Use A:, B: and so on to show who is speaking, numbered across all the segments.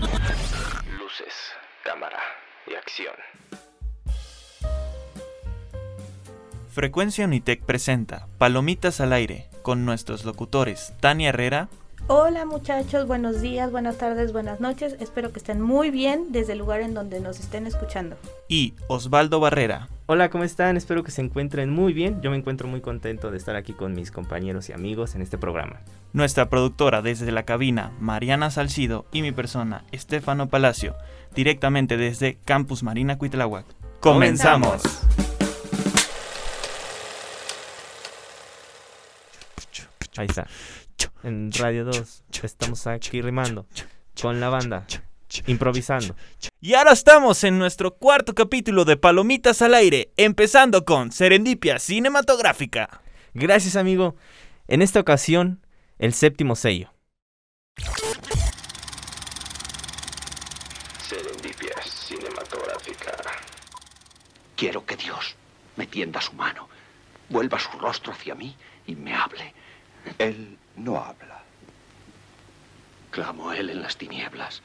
A: Luces, cámara y acción.
B: Frecuencia Unitec presenta Palomitas al aire con nuestros locutores Tania Herrera,
C: Hola muchachos, buenos días, buenas tardes, buenas noches. Espero que estén muy bien desde el lugar en donde nos estén escuchando.
B: y Osvaldo Barrera.
D: Hola, ¿cómo están? Espero que se encuentren muy bien. Yo me encuentro muy contento de estar aquí con mis compañeros y amigos en este programa.
B: Nuestra productora desde la cabina, Mariana Salcido, y mi persona, Estefano Palacio, directamente desde Campus Marina Cuitláhuac. ¡Comenzamos!
D: Ahí está. En Radio 2 estamos aquí rimando con la banda, improvisando.
B: Y ahora estamos en nuestro cuarto capítulo de Palomitas al aire, empezando con Serendipia Cinematográfica.
D: Gracias, amigo. En esta ocasión, el séptimo sello.
A: Serendipia cinematográfica.
E: Quiero que Dios me tienda su mano, vuelva su rostro hacia mí y me hable.
F: Él no habla.
E: Clamo a él en las tinieblas.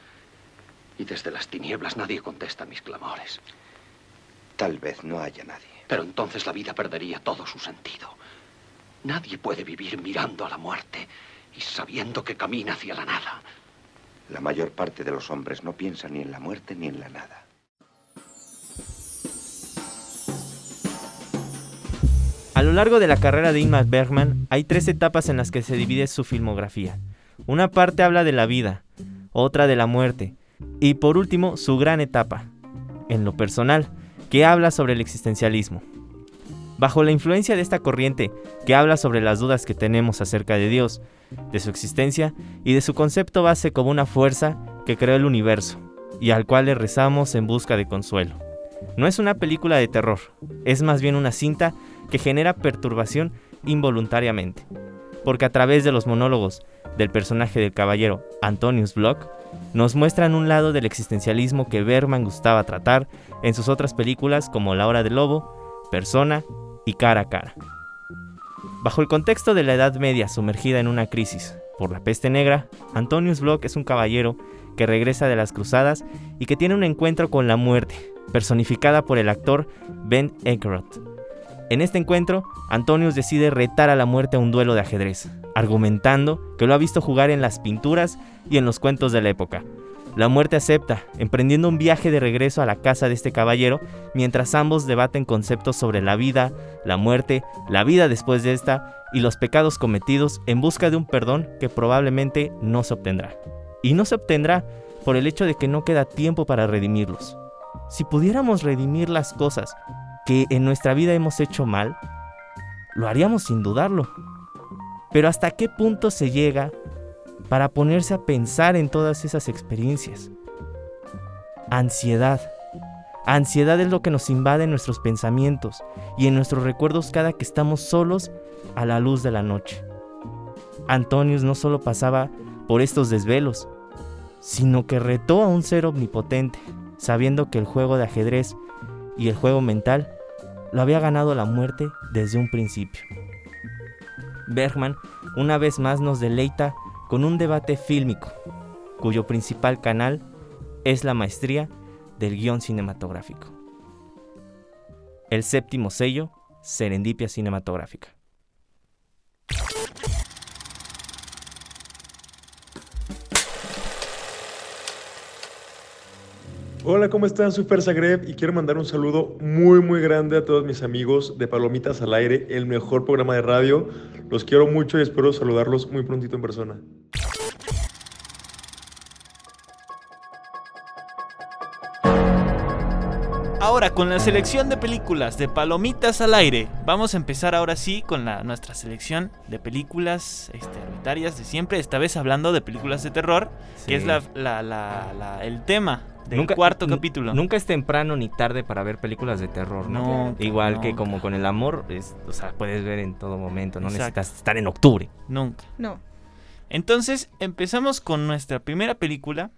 E: Y desde las tinieblas nadie contesta mis clamores.
F: Tal vez no haya nadie.
E: Pero entonces la vida perdería todo su sentido. Nadie puede vivir mirando a la muerte y sabiendo que camina hacia la nada.
F: La mayor parte de los hombres no piensa ni en la muerte ni en la nada.
D: A lo largo de la carrera de Ingmar Bergman hay tres etapas en las que se divide su filmografía. Una parte habla de la vida, otra de la muerte y por último su gran etapa, en lo personal, que habla sobre el existencialismo. Bajo la influencia de esta corriente, que habla sobre las dudas que tenemos acerca de Dios, de su existencia y de su concepto base como una fuerza que creó el universo y al cual le rezamos en busca de consuelo. No es una película de terror, es más bien una cinta que genera perturbación involuntariamente. Porque a través de los monólogos del personaje del caballero Antonius Block, nos muestran un lado del existencialismo que Berman gustaba tratar en sus otras películas como La Hora del Lobo, Persona y Cara a Cara. Bajo el contexto de la Edad Media sumergida en una crisis por la peste negra, Antonius Block es un caballero que regresa de las cruzadas y que tiene un encuentro con la muerte, personificada por el actor Ben Eckroth. En este encuentro, Antonius decide retar a la muerte a un duelo de ajedrez, argumentando que lo ha visto jugar en las pinturas y en los cuentos de la época. La muerte acepta, emprendiendo un viaje de regreso a la casa de este caballero, mientras ambos debaten conceptos sobre la vida, la muerte, la vida después de esta y los pecados cometidos en busca de un perdón que probablemente no se obtendrá. Y no se obtendrá por el hecho de que no queda tiempo para redimirlos. Si pudiéramos redimir las cosas que en nuestra vida hemos hecho mal, lo haríamos sin dudarlo. Pero ¿hasta qué punto se llega para ponerse a pensar en todas esas experiencias? Ansiedad. Ansiedad es lo que nos invade en nuestros pensamientos y en nuestros recuerdos cada que estamos solos a la luz de la noche. Antonius no solo pasaba por estos desvelos, sino que retó a un ser omnipotente, sabiendo que el juego de ajedrez y el juego mental lo había ganado la muerte desde un principio. Bergman una vez más nos deleita con un debate fílmico, cuyo principal canal es la maestría del guión cinematográfico. El séptimo sello, Serendipia Cinematográfica.
G: Hola, ¿cómo están? Soy Fer Zagreb y quiero mandar un saludo muy, muy grande a todos mis amigos de Palomitas al Aire, el mejor programa de radio. Los quiero mucho y espero saludarlos muy prontito en persona.
B: Ahora con la selección de películas de Palomitas al aire, vamos a empezar ahora sí con la, nuestra selección de películas este, arbitrarias de siempre, esta vez hablando de películas de terror, que es la, la- la- la- el tema del cuarto
D: nu-
B: capítulo.
D: Nunca es temprano ni tarde para ver películas de terror, ¿no?
B: Nunca,
D: Igual que
B: nunca.
D: como con el amor, es- o sea, puedes ver en todo momento, no
B: Exacto.
D: necesitas estar en octubre.
B: Nunca.
C: No.
B: Entonces empezamos con nuestra primera película,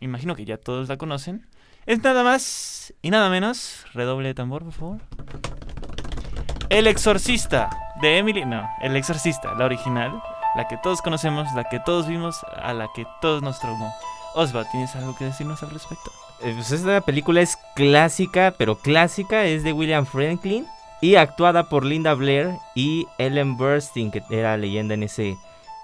B: imagino que ya todos la conocen. Es nada más y nada menos, redoble de tambor por favor. El exorcista de Emily, no, el exorcista, la original, la que todos conocemos, la que todos vimos, a la que todos nos traumó. Osva, ¿tienes algo que decirnos al respecto?
D: Eh, pues esta película es clásica, pero clásica, es de William Franklin y actuada por Linda Blair y Ellen Burstyn, que era leyenda en ese,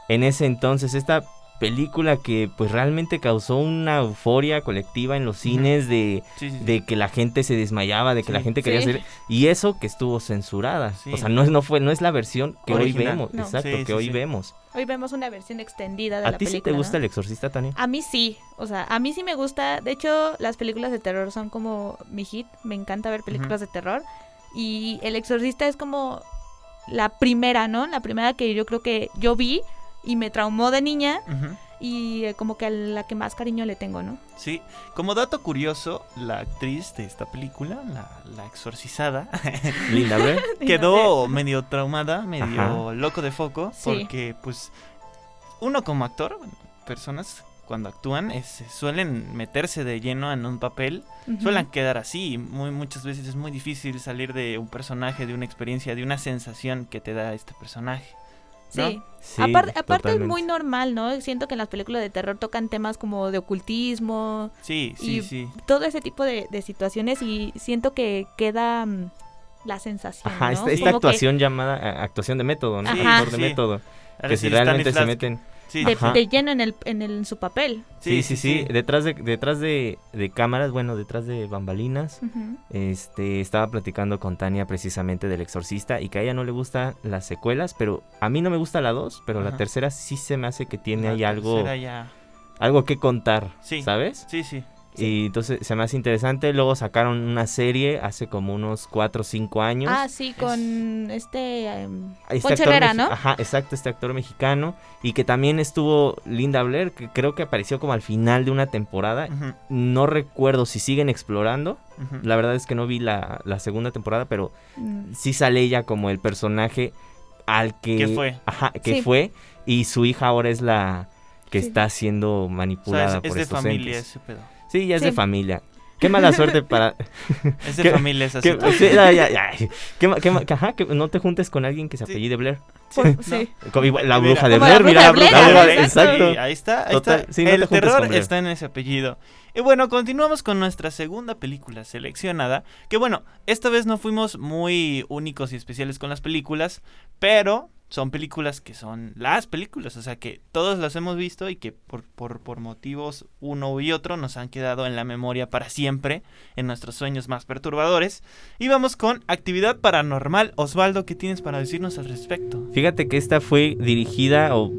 D: en ese entonces. Esta película que pues realmente causó una euforia colectiva en los cines de,
B: Sí, sí, sí.
D: de que la gente se desmayaba, de que
B: Sí.
D: la gente quería
C: Sí.
D: hacer y eso que estuvo censurada.
B: Sí.
D: O sea, no es, no fue no es la versión que hoy
B: Original.
D: vemos,
C: No.
D: exacto,
B: Sí,
D: que
B: sí,
D: hoy
B: sí.
D: vemos.
C: Hoy vemos una versión extendida de
D: ¿A
C: la
D: ti
C: película.
D: sí te gusta
C: ¿no?
D: El exorcista, Tania?
C: A mí sí, o sea, a mí sí me gusta. De hecho, las películas de terror son como mi hit. Me encanta ver películas de terror. Y El Exorcista es como la primera, ¿no? La primera que yo creo que yo vi y me traumó de niña
B: Ujú.
C: y eh, como que a la que más cariño le tengo, ¿no?
B: Sí, como dato curioso, la actriz de esta película, la, la exorcizada,
D: Linda Blair.
B: quedó medio traumada, medio
D: Ajá.
B: loco de foco,
C: Sí.
B: porque pues uno como actor, bueno, personas cuando actúan es- suelen meterse de lleno en un papel,
C: Ujú.
B: suelen quedar así, muy muchas veces es muy difícil salir de un personaje, de una experiencia, de una sensación que te da este personaje. ¿no?
C: Sí.
D: Sí,
C: aparte aparte es muy
D: totalmente.
C: normal, ¿no? Siento que en las películas de terror tocan temas como de ocultismo,
B: Sí, sí,
C: Y-
B: sí.
C: todo ese tipo de, de situaciones y siento que queda mm, la sensación.
D: Ajá,
C: ¿no?
D: esta, esta
C: Como que
D: actuación llamada eh, actuación de método, ¿no?
C: Ajá.
D: Actor de
B: Sí.
D: método.
B: Ahora
D: que
B: sí,
D: si realmente se
B: Stanislavski.
D: meten.
B: Sí,
C: de,
D: Ajá.
C: de lleno en, el, en, el- en su papel.
D: Sí, sí, sí. Detrás de, detrás de, de cámaras, bueno, detrás de bambalinas.
C: Ujú.
D: Este, estaba platicando con Tania precisamente del exorcista y que a ella no le gustan las secuelas, pero a mí no me gusta la 2, pero la
B: Ajá.
D: tercera sí se me hace que tiene
B: La
D: ahí algo,
B: tercera ya-
D: algo que contar,
B: Sí.
D: ¿sabes?
B: Sí, sí.
D: Y entonces se me hace interesante. Luego sacaron una serie hace como unos 4 o 5 años.
C: Ah, sí, con este em,
D: Este
C: Poncho
D: actor
C: Herrera,
D: mexi-
C: ¿no?
D: Ajá, exacto, este actor mexicano. Y que también estuvo Linda Blair, que creo que apareció como al final de una temporada.
B: Ujú,
D: No recuerdo si siguen explorando.
B: ujú.
D: La verdad es que no vi la, la segunda temporada, pero
C: Mm,
D: sí sale ella como el personaje al que.
B: ¿Qué fue?
D: Ajá, que
C: Sí.
D: fue. Y su hija ahora es la que
C: Sí.
D: está siendo
B: O sea,
D: manipulada
B: es, es
D: por
B: de
D: estos
B: familia
D: entes.
B: ese pedo.
D: Sí, ya es de
C: Sí.
D: familia. Qué mala suerte para.
B: Es de
D: ¿Qué-
B: familia esa
D: qué-
B: situación.
D: sí, ay, ay, ay. Qué ma- qué ma- ajá, que no te juntes con alguien que se
B: Sí.
D: apellide Blair.
C: por- sí.
D: Como igual- la
B: Mira.
D: bruja de
C: Como la
D: Blair, mira la
C: bruja de
D: bruja de
C: Blair,
D: Blair,
C: exacto.
D: exacto.
B: Sí, ahí está, ahí
D: Total,
B: está.
D: sí, no te
B: El
D: juntes con
B: terror
D: Blair.
B: está en ese apellido. Y bueno, continuamos con nuestra segunda película seleccionada. Que bueno, esta vez no fuimos muy únicos y especiales con las películas, pero son películas que son las películas, o sea que todos las hemos visto y que por, por, por motivos uno y otro nos han quedado en la memoria para siempre, en nuestros sueños más perturbadores. Y vamos con Actividad Paranormal. Osvaldo, ¿qué tienes para decirnos al respecto?
D: Fíjate que esta fue dirigida o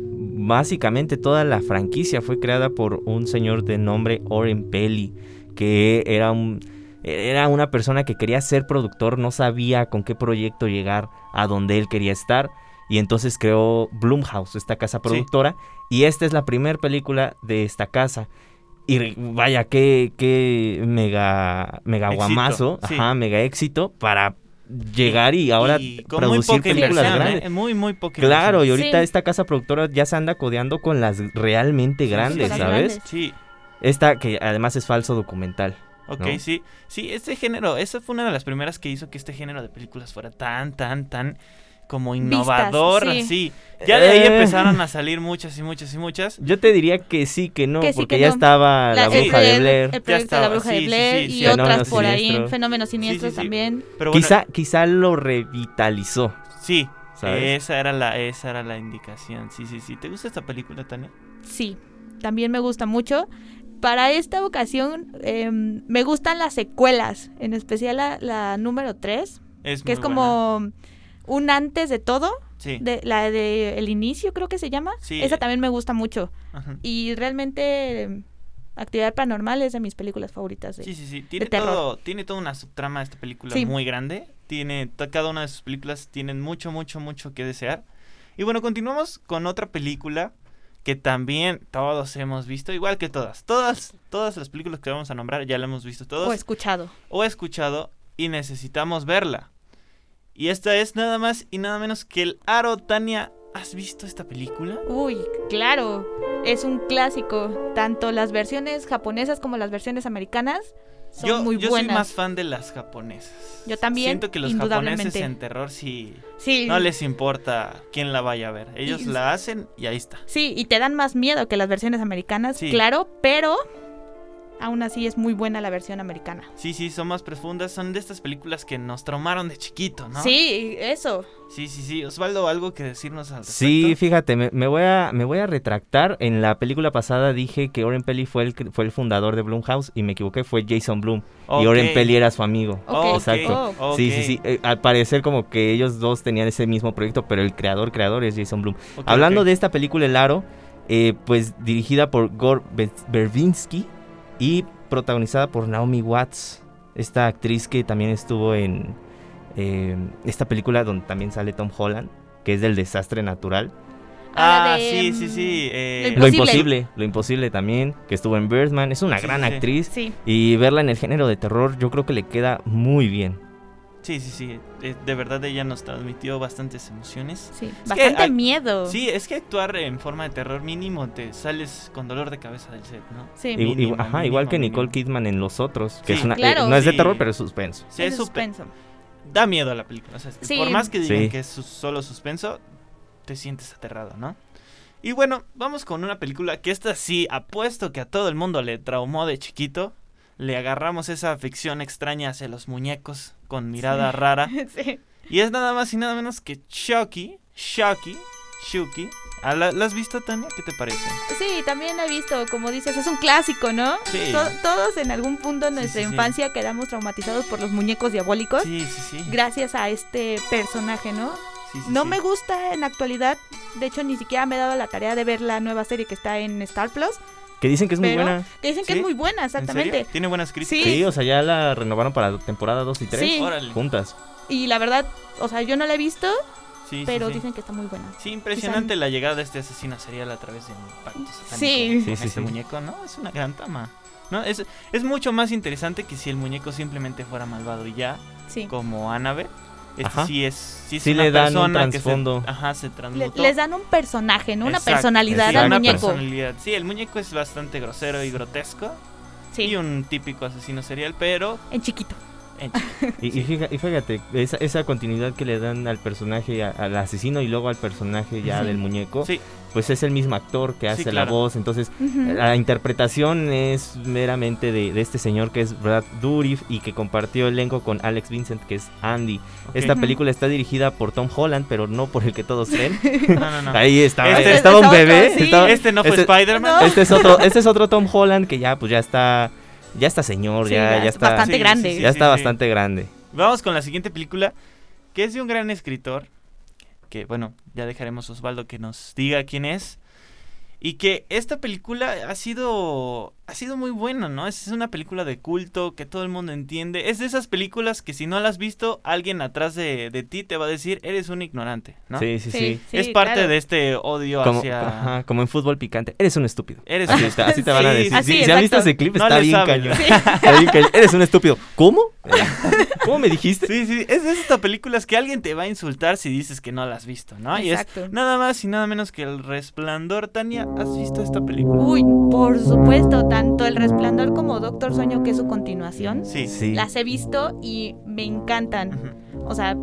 D: básicamente toda la franquicia fue creada por un señor de nombre Oren Pelly, que era un era una persona que quería ser productor, no sabía con qué proyecto llegar a donde él quería estar y entonces creó Blumhouse, esta casa productora y esta es la primera película de esta casa. Y re- vaya, qué, qué mega, mega
B: Éxito,
D: guamazo,
B: sí.
D: ajá, mega éxito para llegar y ahora
B: Y con muy
D: producir
B: poca
D: películas
B: inversión,
D: grandes.
B: ¿eh? Muy, muy poca
D: Claro, y
B: inversión.
D: ahorita
C: Sí.
D: esta casa productora ya se anda codeando con las realmente
B: Sí, sí,
D: grandes,
B: sí. Con las
D: ¿sabes?
C: grandes.
B: Sí,
D: Esta que además es falso documental.
B: ok,
D: ¿no?
B: sí. Sí, este género, esa fue una de las primeras que hizo que este género de películas fuera tan, tan, tan como innovador,
C: sí.
B: así. Ya de ahí
D: Eh.
B: empezaron a salir muchas y muchas y muchas.
D: Yo te diría que sí, que no,
C: Que sí,
D: porque
C: que
D: ya
C: no.
D: estaba la,
C: La- el proyecto-
D: bruja de Blair.
C: El proyecto de
B: estaba,
C: la bruja
B: sí,
C: de Blair
B: sí, sí,
C: y
B: sí.
C: otras
D: Fenómenos
C: por ahí,
D: siniestros.
C: fenómenos siniestros
B: sí.
C: también.
B: Pero bueno,
D: Quizá, quizá lo revitalizó.
B: sí,
D: ¿Sabes?
B: esa era la esa era la indicación. Sí, sí, sí. ¿Te gusta esta película, Tania?
C: Sí, también me gusta mucho. Para esta ocasión em, me gustan las secuelas, en especial la, la número 3,
B: Es
C: que es
B: muy buena.
C: como un antes de todo,
B: Sí.
C: de, la de El Inicio creo que se llama.
B: Sí.
C: Esa también me gusta mucho.
B: ajá.
C: Y realmente em, Actividad Paranormal es de mis películas favoritas. de-
B: Sí, sí, sí. Tiene
C: terror.
B: todo, tiene toda una subtrama esta película
C: Sí.
B: muy grande. Tiene, to- cada una de sus películas tienen mucho, mucho, mucho que desear. Y bueno, continuamos con otra película que también todos hemos visto, igual que todas. Todas, todas las películas que vamos a nombrar ya la hemos visto todos
C: O escuchado.
B: o escuchado y necesitamos verla. Y esta es nada más y nada menos que El Aro. Tania, ¿has visto esta película?
C: Uy, claro, es un clásico. Tanto las versiones japonesas como las versiones americanas son
B: yo
C: muy
B: yo soy
C: buenas.
B: más fan de las japonesas.
C: Yo también,
B: Siento que los japoneses
C: indudablemente.
B: en terror sí
C: Sí.
B: no les importa quién la vaya a ver. Ellos
C: Y-
B: la hacen y ahí está.
C: Sí, y te dan más miedo que las versiones americanas,
B: Sí.
C: claro, pero aún así es muy buena la versión americana.
B: Sí, sí, son más profundas. Son de estas películas que nos traumaron de chiquito, ¿no?
C: Sí, eso.
B: Sí, sí, sí. Osvaldo, ¿algo que decirnos al respecto?
D: Sí, fíjate, me, me voy a, me voy a retractar. En la película pasada dije que Oren Pelly fue el, cr- fue el fundador de Blumhouse y me equivoqué, fue Jason Blum. Y Oren
B: Ok.
D: Pelly era su amigo.
C: Ok.
B: Ok,
D: Exacto.
B: ok.
D: Sí, sí, sí. Eh, al parecer como que ellos dos tenían ese mismo proyecto, pero el creador, creador es Jason Blum.
B: Ok,
D: Hablando
B: ok.
D: de esta película, El Aro, eh, pues dirigida por Gore Be- Verbinski y protagonizada por Naomi Watts, esta actriz que también estuvo en eh, esta película donde también sale Tom Holland, que es del desastre natural.
C: Ah, la
B: Ah,
C: de,
B: sí, sí,
C: mm,
B: sí. eh,
C: Lo
D: Lo
C: Imposible.
D: imposible, lo imposible también, que estuvo en Birdman, es una
B: Sí,
D: gran
B: sí, sí.
D: actriz
C: Sí,
D: y verla en el género de terror yo creo que le queda muy bien.
B: Sí, sí, sí. eh, De verdad ella nos transmitió bastantes emociones.
C: sí.
B: que
C: Bastante
B: hay-
C: miedo.
B: Sí, es que actuar en forma de terror mínimo te sales con dolor de cabeza del set, ¿no?
C: Sí.
D: Igu- igu-
B: Mínimo,
D: ajá, igual que
B: mínimo,
D: Nicole Kidman en Los Otros, que
B: Sí,
D: es una, eh,
C: claro.
D: no es de
B: Sí.
D: terror, pero es suspenso.
B: Sí, es
C: es
B: suspe-
C: suspenso.
B: da miedo la película. o sea,
C: Sí.
B: Por más que digan
D: Sí.
B: que es sus- solo suspenso, te sientes aterrado, ¿no? Y bueno, vamos con una película que esta sí, apuesto que a todo el mundo le traumó de chiquito. Le agarramos esa afección extraña hacia los muñecos con mirada rara.
C: Sí.
B: Y es nada más y nada menos que Chucky. Chucky. Chucky. ¿Ah, la, la has visto, Tania? ¿Qué te parece?
C: Sí, también la he visto, como dices, es un clásico, ¿no?
B: Sí.
C: To- todos en algún punto de
B: Sí,
C: nuestra
B: sí, sí.
C: infancia quedamos traumatizados por los muñecos diabólicos.
B: Sí, sí, sí.
C: Gracias a este personaje, ¿no?
B: Sí, sí,
C: No
B: sí.
C: me gusta en la actualidad, de hecho ni siquiera me he dado la tarea de ver la nueva serie que está en Star Plus,
D: Que dicen que es muy
C: Pero-
D: buena.
C: que dicen que
B: ¿Sí?
C: es muy buena,
B: ¿En serio?
C: exactamente.
B: Tiene buenas críticas.
D: Sí, o sea, ya la renovaron para temporada 2 y 3
C: Sí.
B: Órale.
D: juntas.
C: Y la verdad, o sea, yo no la he visto,
B: Sí, sí,
C: pero
B: sí.
C: dicen que está muy buena.
B: Sí, impresionante la llegada de este asesino serial a través de un pacto satánico
C: Sí.
B: con
D: Sí, sí,
B: este
D: sí.
B: muñeco, ¿no? Es una gran tama. ¿No? Es, es mucho más interesante que si el muñeco simplemente fuera malvado y ya,
C: Sí.
B: como Annabelle. Este
D: Ajá.
B: sí es, sí es
D: Sí
B: una
D: le dan un
B: persona que se-
D: trasfondo.
B: ajá, se
C: Le-
B: transmutó.
C: les dan un personaje, ¿no? Una
B: Exacto,
C: personalidad
B: sí,
C: al
B: una
C: muñeco.
B: personalidad. Sí, el muñeco es bastante grosero y grotesco. Y
C: Sí,
B: un típico asesino serial, pero
C: en chiquito.
B: en chiquito.
D: Y, y fija- y fíjate, esa, esa continuidad que le dan al personaje, a- al asesino y luego al personaje ya
C: Sí.
D: del muñeco,
B: Sí.
D: pues es el mismo actor que hace la
B: claro.
D: voz. Entonces,
C: Ujú.
D: la interpretación es meramente de, de este señor que es Brad Dourif y que compartió elenco con Alex Vincent, que es Andy.
B: Ok.
D: Esta
C: Ujú.
D: película está dirigida por Tom Holland, pero no por el que todos creen.
B: No, no, no.
D: Ahí está,
B: Este-
D: este
B: este
D: estaba
C: es
D: un
C: otro,
D: bebé.
C: sí.
D: estaba-
B: Este no fue
D: este-
B: Spider-Man.
C: No.
D: Este es otro, este es otro Tom Holland que ya, pues ya está, ya está señor,
C: Sí,
D: ya,
C: ya
D: ya
C: es
D: está,
C: bastante grande.
D: ya
B: sí,
D: está
B: sí.
D: bastante grande.
B: Vamos con la siguiente película, que es de un gran escritor, que bueno, ya dejaremos a Osvaldo que nos diga quién es. Y que esta película ha sido, ha sido muy buena, ¿no? Es una película de culto que todo el mundo entiende. Es de esas películas que si no la has visto, alguien atrás de, de ti te va a decir, eres un ignorante, ¿no?
D: Sí, sí, sí.
C: Sí,
B: es parte
C: claro.
B: de este odio
D: Como,
B: hacia...
D: ajá, como en fútbol picante, eres un estúpido.
B: Eres
D: Así,
B: un-
D: te- así te van a
B: Sí,
D: decir.
B: sí,
D: Si-
B: sí,
D: si, has visto
C: exacto.
D: ese clip,
B: No
D: está,
B: le
D: bien
B: sabes.
D: cañón. Está bien cañón. Eres un estúpido. ¿Cómo? ¿Cómo me dijiste?
B: Sí, sí, es de estas películas que alguien te va a insultar si dices que no la has visto, ¿no? Y es
C: Exacto.
B: nada más y nada menos que El Resplandor. Tania, ¿has visto esta película?
C: Uy, por supuesto, tanto El Resplandor como Doctor Sueño, que es su continuación,
B: Sí.
D: Sí.
C: las he visto y me encantan.
B: Ujú.
C: O sea,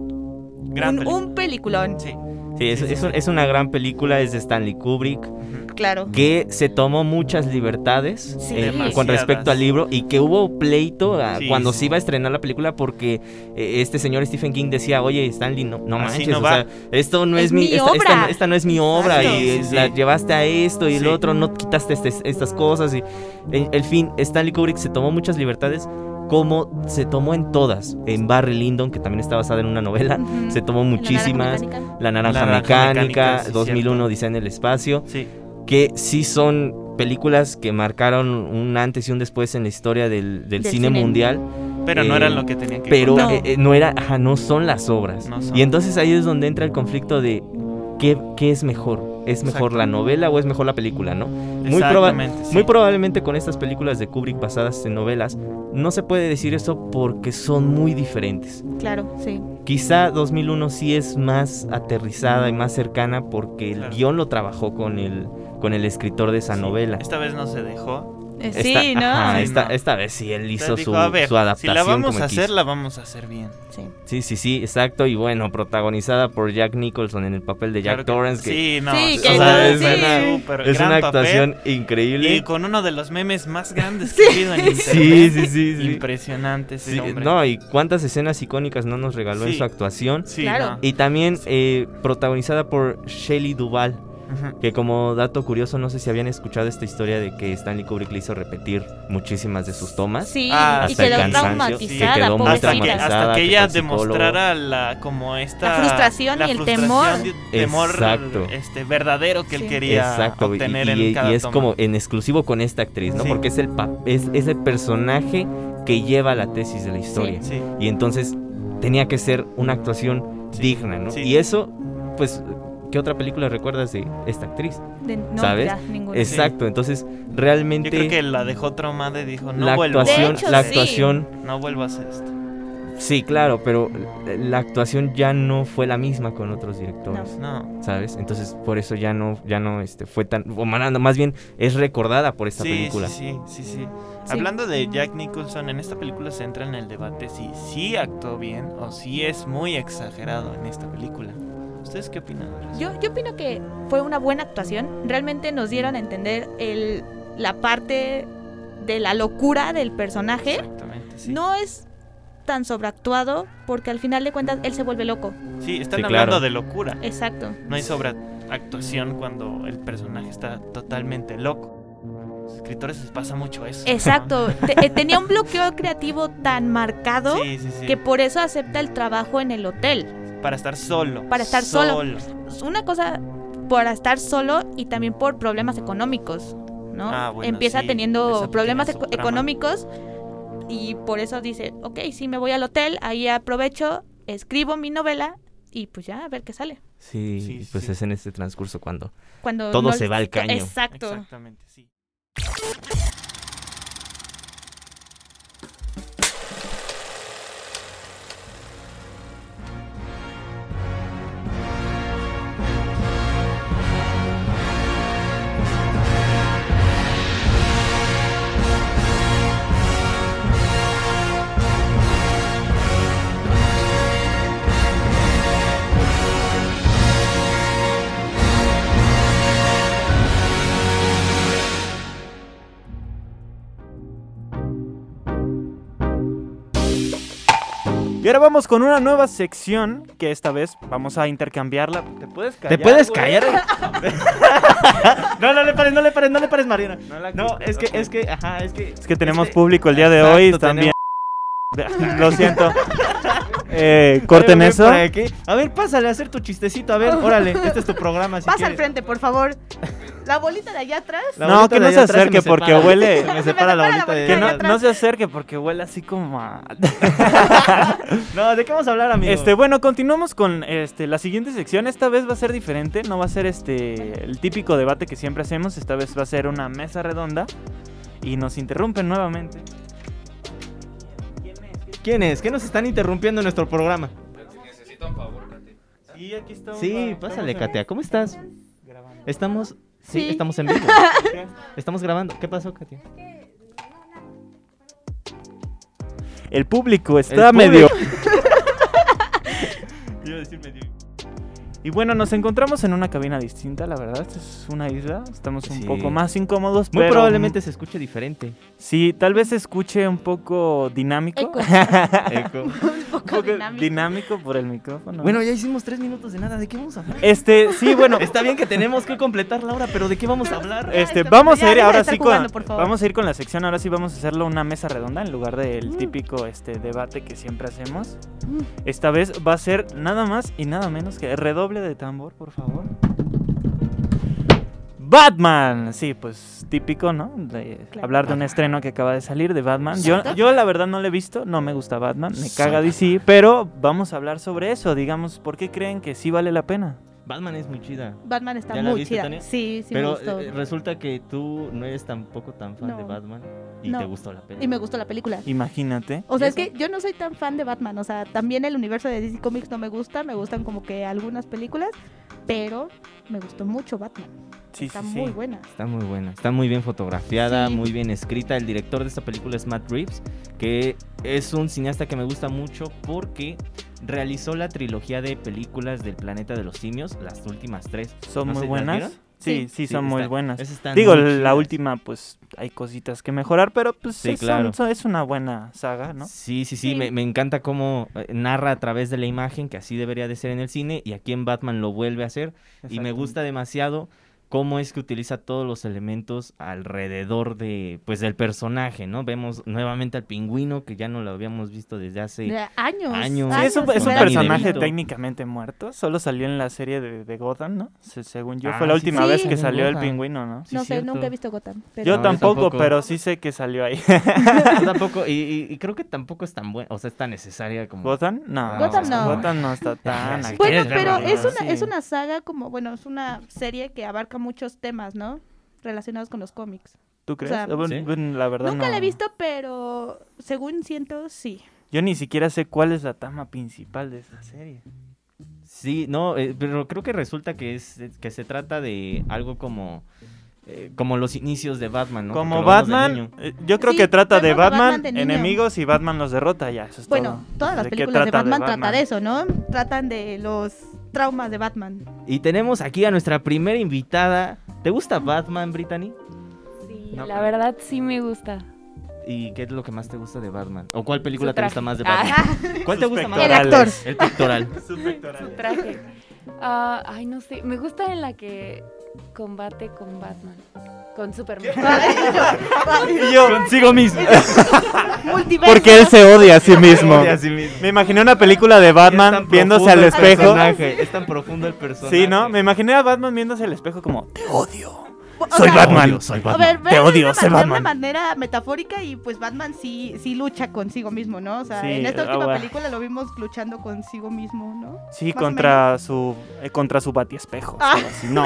B: Gran
C: un,
B: película.
C: un peliculón,
B: Sí.
D: Sí, es, es un- es una gran película, es de Stanley Kubrick,
C: claro.
D: que se tomó muchas libertades eh,
C: Sí.
D: con
B: Demasiadas.
D: respecto al libro y que hubo pleito a-
B: Sí,
D: cuando
B: sí.
D: se iba a estrenar la película porque eh, este señor Stephen King decía, oye Stanley, no, no
B: Así
D: manches,
B: no
D: o
B: va.
D: sea, esto no es,
C: Es
D: mi,
C: mi
D: esta, esta
C: obra.
D: no- esta no es mi obra
C: Exacto.
D: y
B: Sí, sí,
D: la
B: sí.
D: llevaste a esto y el
B: Sí.
D: otro, no quitaste este- estas cosas y en- el fin, Stanley Kubrick se tomó muchas libertades como se tomó en todas, en Barry Lyndon, que también está basada en una novela,
C: Ujú.
D: se tomó
C: En la
D: muchísimas.
C: naranja mecánica.
D: La Naranja,
B: La Naranja
D: Mecánica,
B: Mecánica, sí,
D: 2001
B: cierto.
D: Dice en el Espacio,
B: Sí.
D: que sí son películas que marcaron un antes y un después en la historia del, del
C: Del
D: cine,
C: cine.
D: mundial,
B: Pero no
D: Eh,
B: eran lo que tenían que
D: pero
B: contar.
D: eh, eh, no era, ajá, no son las obras.
B: No son.
D: Y entonces ahí es donde entra el conflicto de qué, qué es mejor, es mejor la novela o es mejor la película, ¿no? Muy, proba-
B: Exactamente, sí.
D: muy probablemente con estas películas de Kubrick basadas en novelas no se puede decir eso porque son muy diferentes.
C: Claro, sí.
D: Quizá 2001 sí es más aterrizada y más cercana porque el
B: Claro.
D: guión lo trabajó con el, con el escritor de esa
B: Sí.
D: novela.
B: Esta vez no se dejó.
C: Eh,
D: Esta-
C: sí, ¿no?
D: ajá,
B: Sí,
D: esta,
B: no.
D: esta vez sí, él hizo
B: Entonces
D: su,
B: dijo, a ver,
D: su adaptación.
B: Si la vamos
D: como
B: a
D: quiso.
B: hacer, la vamos a hacer bien.
C: Sí.
D: Sí, sí, sí, exacto. Y bueno, protagonizada por Jack Nicholson en el papel de Jack
B: Claro que-
D: Torrance. que
B: Sí, no.
C: Sí,
B: o
C: que
B: sea,
C: no,
B: es
C: sí.
B: una, súper
D: es
B: gran
D: una
B: papel
D: actuación increíble.
B: Y con uno de los memes más grandes que ha habido en internet.
D: Sí, sí, sí, sí.
B: Impresionante ese
D: Sí,
B: hombre.
D: no, y cuántas escenas icónicas no nos regaló en
B: Sí.
D: su actuación.
B: Sí,
C: Claro.
D: Y también eh, protagonizada por Shelley Duvall,
B: no. Ujú.
D: que como dato curioso, no sé si habían escuchado esta historia de que Stanley Kubrick le hizo repetir muchísimas de sus tomas.
C: Sí,
B: Ah,
C: y
D: hasta el
C: quedó
D: cansancio,
C: traumatizada,
D: que quedó muy
B: Hasta que,
C: pobrecita.
D: traumatizada,
B: hasta que
D: que
B: ella
D: fue psicólogo.
B: demostrara la como esta
C: La frustración y el temor.
B: di- temor
D: Exacto.
B: este verdadero que él
C: Sí.
B: quería
D: Exacto, y,
B: obtener
D: y-
B: en cada
D: y es
B: toma.
D: como en exclusivo con esta actriz, ¿no?
B: Sí.
D: Porque es el, pa- es, es el personaje que lleva la tesis de la historia.
B: Sí.
D: Y entonces tenía que ser una actuación
B: Sí,
D: digna, ¿no?
B: sí.
D: Y eso, pues, ¿qué otra película recuerdas de esta actriz?
C: De- no,
D: ¿sabes?
C: ya, ninguna.
D: Exacto, entonces
B: Pues Yo
D: realmente
B: creo que la dejó traumada y dijo, no
D: la
B: vuelvo a
D: actuación,
C: De hecho,
D: la
C: sí.
D: actuación,
B: No vuelvo a hacer esto.
D: sí, claro, pero eh, la actuación ya no fue la misma con otros directores.
B: No.
D: ¿Sabes? Entonces, por eso ya no, ya no este, fue tan. O más más bien es recordada por esta
B: Sí,
D: película.
B: sí, sí, sí, sí.
C: Sí.
B: Hablando de Jack Nicholson, en esta película se entra en el debate si sí actuó bien o si es muy exagerado en esta película. ¿Ustedes qué opinan? al respecto?
C: Yo, yo opino que fue una buena actuación. Realmente nos dieron a entender el, la parte de la locura del personaje.
B: Exactamente, sí.
C: No es tan sobreactuado porque al final de cuentas él se vuelve loco.
B: Sí, están
D: Sí,
B: hablando
D: claro.
B: de locura.
C: Exacto.
B: No hay sobreactuación cuando el personaje está totalmente loco. Los escritores les pasa mucho eso. ¿no?
C: Exacto. Te- eh, tenía un bloqueo creativo tan marcado
B: Sí, sí, sí.
C: que por eso acepta el trabajo en el hotel.
B: Para estar solo.
C: Para estar solo. Es pues, Una cosa por estar solo y también por problemas económicos, ¿no?
B: Ah, bueno,
C: Empieza
B: sí, esa
C: teniendo
B: pequeña
C: problemas eco-
B: subtrama.
C: económicos y por eso dice, ok, sí, me voy al hotel, ahí aprovecho, escribo mi novela y pues ya, a ver qué sale.
D: Sí,
B: Sí,
D: y pues
B: sí.
D: es en este transcurso cuando.
C: Cuando
D: Todo se va al caño.
C: Exacto.
B: Exactamente, sí. Y ahora vamos con una nueva sección que esta vez vamos a intercambiarla. ¿Te puedes callar? güey?
H: No, no le pares, no le pares, no le pares, Mariana.
B: No, la
H: No,
B: quites,
H: es que,
B: ok.
H: es que, ajá, es que.
B: Es que tenemos
H: Este-
B: público el día de
D: Exacto,
B: hoy, también. Lo siento. Eh, corten
H: Órale,
B: eso.
H: para que- A ver, pásale a hacer tu chistecito. A ver, órale, este es tu programa. Si
C: Pasa al
H: quieres.
C: frente, por favor. La bolita de allá atrás.
H: La
B: No,
H: bolita
B: que
H: de
B: no
H: allá
B: se
H: atrás me
B: acerque porque
H: separa.
B: huele-
H: Se
B: Se
H: me separa la bolita de
B: Que
H: allá
B: no,
H: atrás.
B: no se acerque porque huele así como a...
H: No, ¿de qué vamos a hablar, amigo?
B: Este, bueno, continuamos con este, la siguiente sección. Esta vez va a ser diferente, no va a ser este el típico debate que siempre hacemos. Esta vez va a ser una mesa redonda y nos interrumpen nuevamente.
H: ¿Quién es? ¿Qué nos están interrumpiendo en nuestro programa?
B: Sí, aquí estamos.
H: Sí, pásale, Katia. ¿Cómo estás? Estamos. Sí,
C: Sí.
H: estamos en vivo. Estamos grabando. ¿Qué pasó, Katia?
B: El público está
H: El
B: medio. Y bueno, nos encontramos en una cabina distinta, la verdad. Esta es una isla. Estamos un
D: Sí.
B: poco más incómodos,
H: Muy
B: pero,
H: probablemente se escuche diferente.
B: Sí, tal vez se escuche un poco dinámico.
C: Eco.
H: Eco.
B: un poco dinámico. por el micrófono.
H: Bueno, ya hicimos tres minutos de nada. ¿De qué vamos a hablar?
B: este, sí, bueno.
H: Está bien que tenemos que completar la hora, pero ¿de qué vamos a hablar?
B: Este,
C: Ya,
B: vamos
C: ya,
B: a ir
C: deja de
B: ahora
C: estar
B: sí
C: jugando,
B: con
C: por favor.
B: vamos a ir con la sección, ahora sí vamos a hacerlo una mesa redonda en lugar del
C: Mm.
B: típico este debate que siempre hacemos. Esta vez va a ser nada más y nada menos que redoble de tambor, por favor. Batman, sí, pues típico, ¿no? De
C: Claro.
B: Hablar de un estreno que acaba de salir de Batman. Yo, yo la verdad no lo he visto, no me gusta Batman, me caga DC, pero vamos a hablar sobre eso, digamos, ¿por qué creen que sí vale la pena?
H: Batman es muy chida.
C: Batman está
H: ¿Ya la
C: muy
H: viste,
C: chida.
H: Tania?
C: Sí, sí me
H: pero
C: gustó.
H: eh, resulta que tú no eres tampoco tan fan de
C: No.
H: Batman y
C: No.
H: te gustó la peli.
C: Y me gustó la película.
B: Imagínate.
C: O sea,
H: ¿Y
C: es que yo no soy tan fan de Batman. O sea, también el universo de DC Comics no me gusta. Me gustan como que algunas películas. Pero me gustó mucho Batman.
B: Sí,
C: está
B: sí,
C: muy
B: sí.
C: buena.
D: Está muy buena, está muy bien fotografiada,
C: Sí.
D: muy bien escrita. El director de esta película es Matt Reeves, que es un cineasta que me gusta mucho porque realizó la trilogía de películas del planeta de los simios, las últimas tres.
B: Son
D: No
B: muy
D: sé, ¿las
B: buenas.
D: vieron?
B: Sí, sí, son muy
D: están-
B: buenas.
D: esas están
B: Digo,
D: muy
B: la
D: chidas.
B: última, pues hay cositas que mejorar, pero pues
D: Sí,
B: es, un-
D: claro.
B: so- es una buena saga, ¿no?
D: Sí, sí, sí,
C: Sí.
D: Me, me encanta cómo eh, narra a través de la imagen, que así debería de ser en el cine, y aquí en Batman lo vuelve a hacer. Y me gusta demasiado cómo es que utiliza todos los elementos alrededor de, pues, del personaje, ¿no? Vemos nuevamente al pingüino, que ya no lo habíamos visto desde hace...
C: De Eh, años.
D: Años.
B: Sí, es un,
D: Años,
B: es un
D: Danny
B: personaje
D: DeVito.
B: técnicamente muerto. Solo salió en la serie de, de Gotham, ¿no? Se- según yo,
D: Ah,
B: fue la
D: sí,
B: última
C: sí.
B: vez que
D: Sí,
B: salió el
D: Gotham.
B: pingüino, ¿no?
D: Sí,
C: No sé,
D: cierto.
C: nunca he visto Gotham.
B: Yo
C: Pero...
D: No, yo
B: tampoco,
D: tampoco.
B: pero sí sé que salió ahí.
D: tampoco, y, y- y creo que tampoco es tan buena, o sea, es tan necesaria como...
B: ¿Gotham? No.
C: Gotham no.
B: Gotham no está tan...
D: Ah, Sí.
B: acá.
C: Bueno,
D: ¿Quieres
C: pero
D: verla?
C: es una,
D: Sí.
C: es una saga como, bueno, es una serie que abarca muchos temas, ¿no? Relacionados con los cómics.
B: ¿Tú crees?
C: sea,
B: Eh, bueno,
D: ¿Sí?
B: bueno, la verdad
C: Nunca
B: no.
C: la he visto, pero según siento, sí.
B: Yo ni siquiera sé cuál es la trama principal de esa serie.
D: Sí, no, eh, pero creo que resulta que es que se trata de algo como eh, como los inicios de Batman, ¿no? Porque
B: Como
D: lo vemos de
B: Batman,
D: niño.
B: eh, yo creo
C: Sí,
B: que trata de
C: vemos a Batman
B: Batman,
C: de niño.
B: enemigos y Batman los derrota ya. Eso es
C: Bueno,
B: todo.
C: todas las
B: ¿De qué
C: películas de
B: trata
C: Batman, trata de eso, ¿no? Tratan de los traumas de Batman.
D: Y tenemos aquí a nuestra primera invitada. ¿Te gusta Batman, Brittany?
I: Sí,
D: No,
I: la
D: pero-
I: verdad sí me gusta.
D: ¿Y qué es lo que más te gusta de Batman? ¿O cuál película
I: Su
D: te
I: traje.
D: gusta más de
I: Ah.
D: Batman? ¿Cuál te
B: Sus
D: gusta más?
C: El actor.
D: El pectoral.
I: Su traje. Ah, ay, no sé. Me gusta en la que combate con Batman. Con Superman.
B: Y yo consigo mismo.
C: Multiverso.
B: Porque él se odia a sí mismo.
D: Y así mismo.
B: Me imaginé una película de
D: Es tan
B: Batman viéndose al
D: profundo el
B: espejo.
D: personaje, Es tan profundo el personaje.
B: Sí, ¿no? Me imaginé a Batman viéndose al espejo como, te odio.
C: O
B: Soy
C: sea,
B: Batman.
D: Odio, soy
C: A
D: Batman.
C: ver,
B: Te odio, sé
C: de una, man- de una
B: Batman.
C: manera metafórica y pues Batman sí, sí lucha consigo mismo, ¿no? O sea,
B: Sí,
C: en esta última
B: ah, bueno.
C: película lo vimos luchando consigo mismo, ¿no?
B: Sí,
C: Más o
B: contra su, eh, contra su batiespejo.
C: Ah.
B: algo así. No,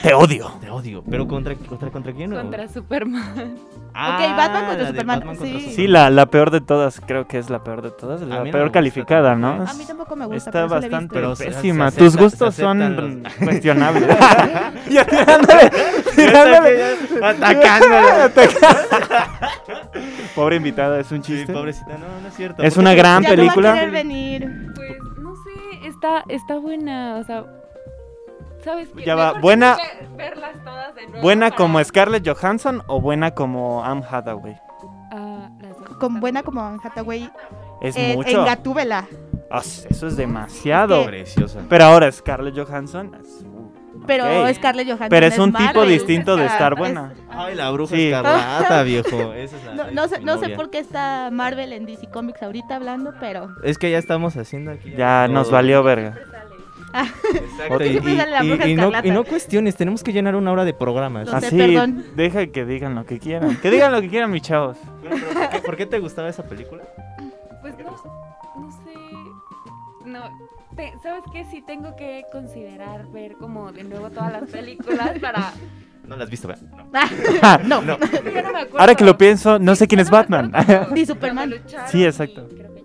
B: te odio.
D: Te odio. ¿Pero contra, contra, contra quién? o-
I: contra Superman.
D: Ah,
C: Batman contra
D: la de
C: Superman,
D: Batman contra
C: sí.
B: Sí, la, la peor de todas, creo que es la peor de todas, la
D: A mí no me
B: peor
D: gusta
B: calificada,
D: tampoco,
B: ¿no?
D: ¿eh?
C: A mí tampoco me gusta.
B: Está
C: pero sí la he
B: bastante
C: visto.
D: pero se-
B: pésima.
D: se
B: Tus
D: acepta-
B: gustos
D: se aceptan
B: son
D: los-
B: cuestionables. ya tirándole, tirándole.
D: Atacándola.
B: Pobre invitada, es un
D: Sí,
B: chiste.
D: pobrecita, no, no es cierto.
B: Es
D: ¿Por
B: una
D: qué?
B: gran
C: Ya
B: película.
C: No va a querer venir.
I: Pues no sé, está, está buena. O sea, ¿sabes qué?
B: Ya va,
I: Mejor
B: buena-
I: ver- verlas todas de nuevo
B: ¿Buena
I: para-
B: como Scarlett Johansson o buena como Anne Hathaway?
I: Ah, las dos
C: Con
I: están
C: buena
I: buenas.
C: como Anne Hathaway. eh,
B: Es
C: en,
B: mucho.
C: en Gatúbela.
B: Ah, eso es demasiado.
C: Es que-
D: Preciosa.
B: Pero ahora Scarlett Johansson. es-
C: Pero
B: Ok.
C: Scarlett Johansson.
B: Pero es un
C: Marvel,
B: tipo
C: o sea,
B: distinto de estar
C: es-
B: buena.
D: Ay, la bruja
B: Sí.
D: escarlata, viejo. Esa es la-
C: No,
D: es
C: no sé,
D: mi
C: no sé
D: novia.
C: por qué está Marvel en DC Comics ahorita hablando, pero.
D: Es que ya estamos haciendo aquí. Oh,
B: Ya nos valió verga.
D: Exacto,
B: Porque
D: y,
C: siempre sale la
D: y-
C: bruja
D: y no,
C: escarlata.
D: y no cuestiones, tenemos que llenar una hora de programas.
C: Lo sé,
B: Así,
C: perdón.
B: deja que digan lo que quieran. Que digan lo que quieran mis chavos.
D: Bueno, pero ¿por, qué, por qué te gustaba esa película?
I: Pues no, no sé. No, te- ¿sabes qué? Sí tengo que considerar ver como de nuevo todas las películas para...
D: No la has visto, ¿verdad? No.
C: no.
I: Yo no me acuerdo.
B: Ahora que lo pienso, no sé
I: Sí,
B: quién
I: yo
B: es
I: me
B: Batman.
I: acuerdo
C: Ni
I: cuando
C: Superman.
I: lucharon
B: Sí,
I: y
B: exacto.
I: creo que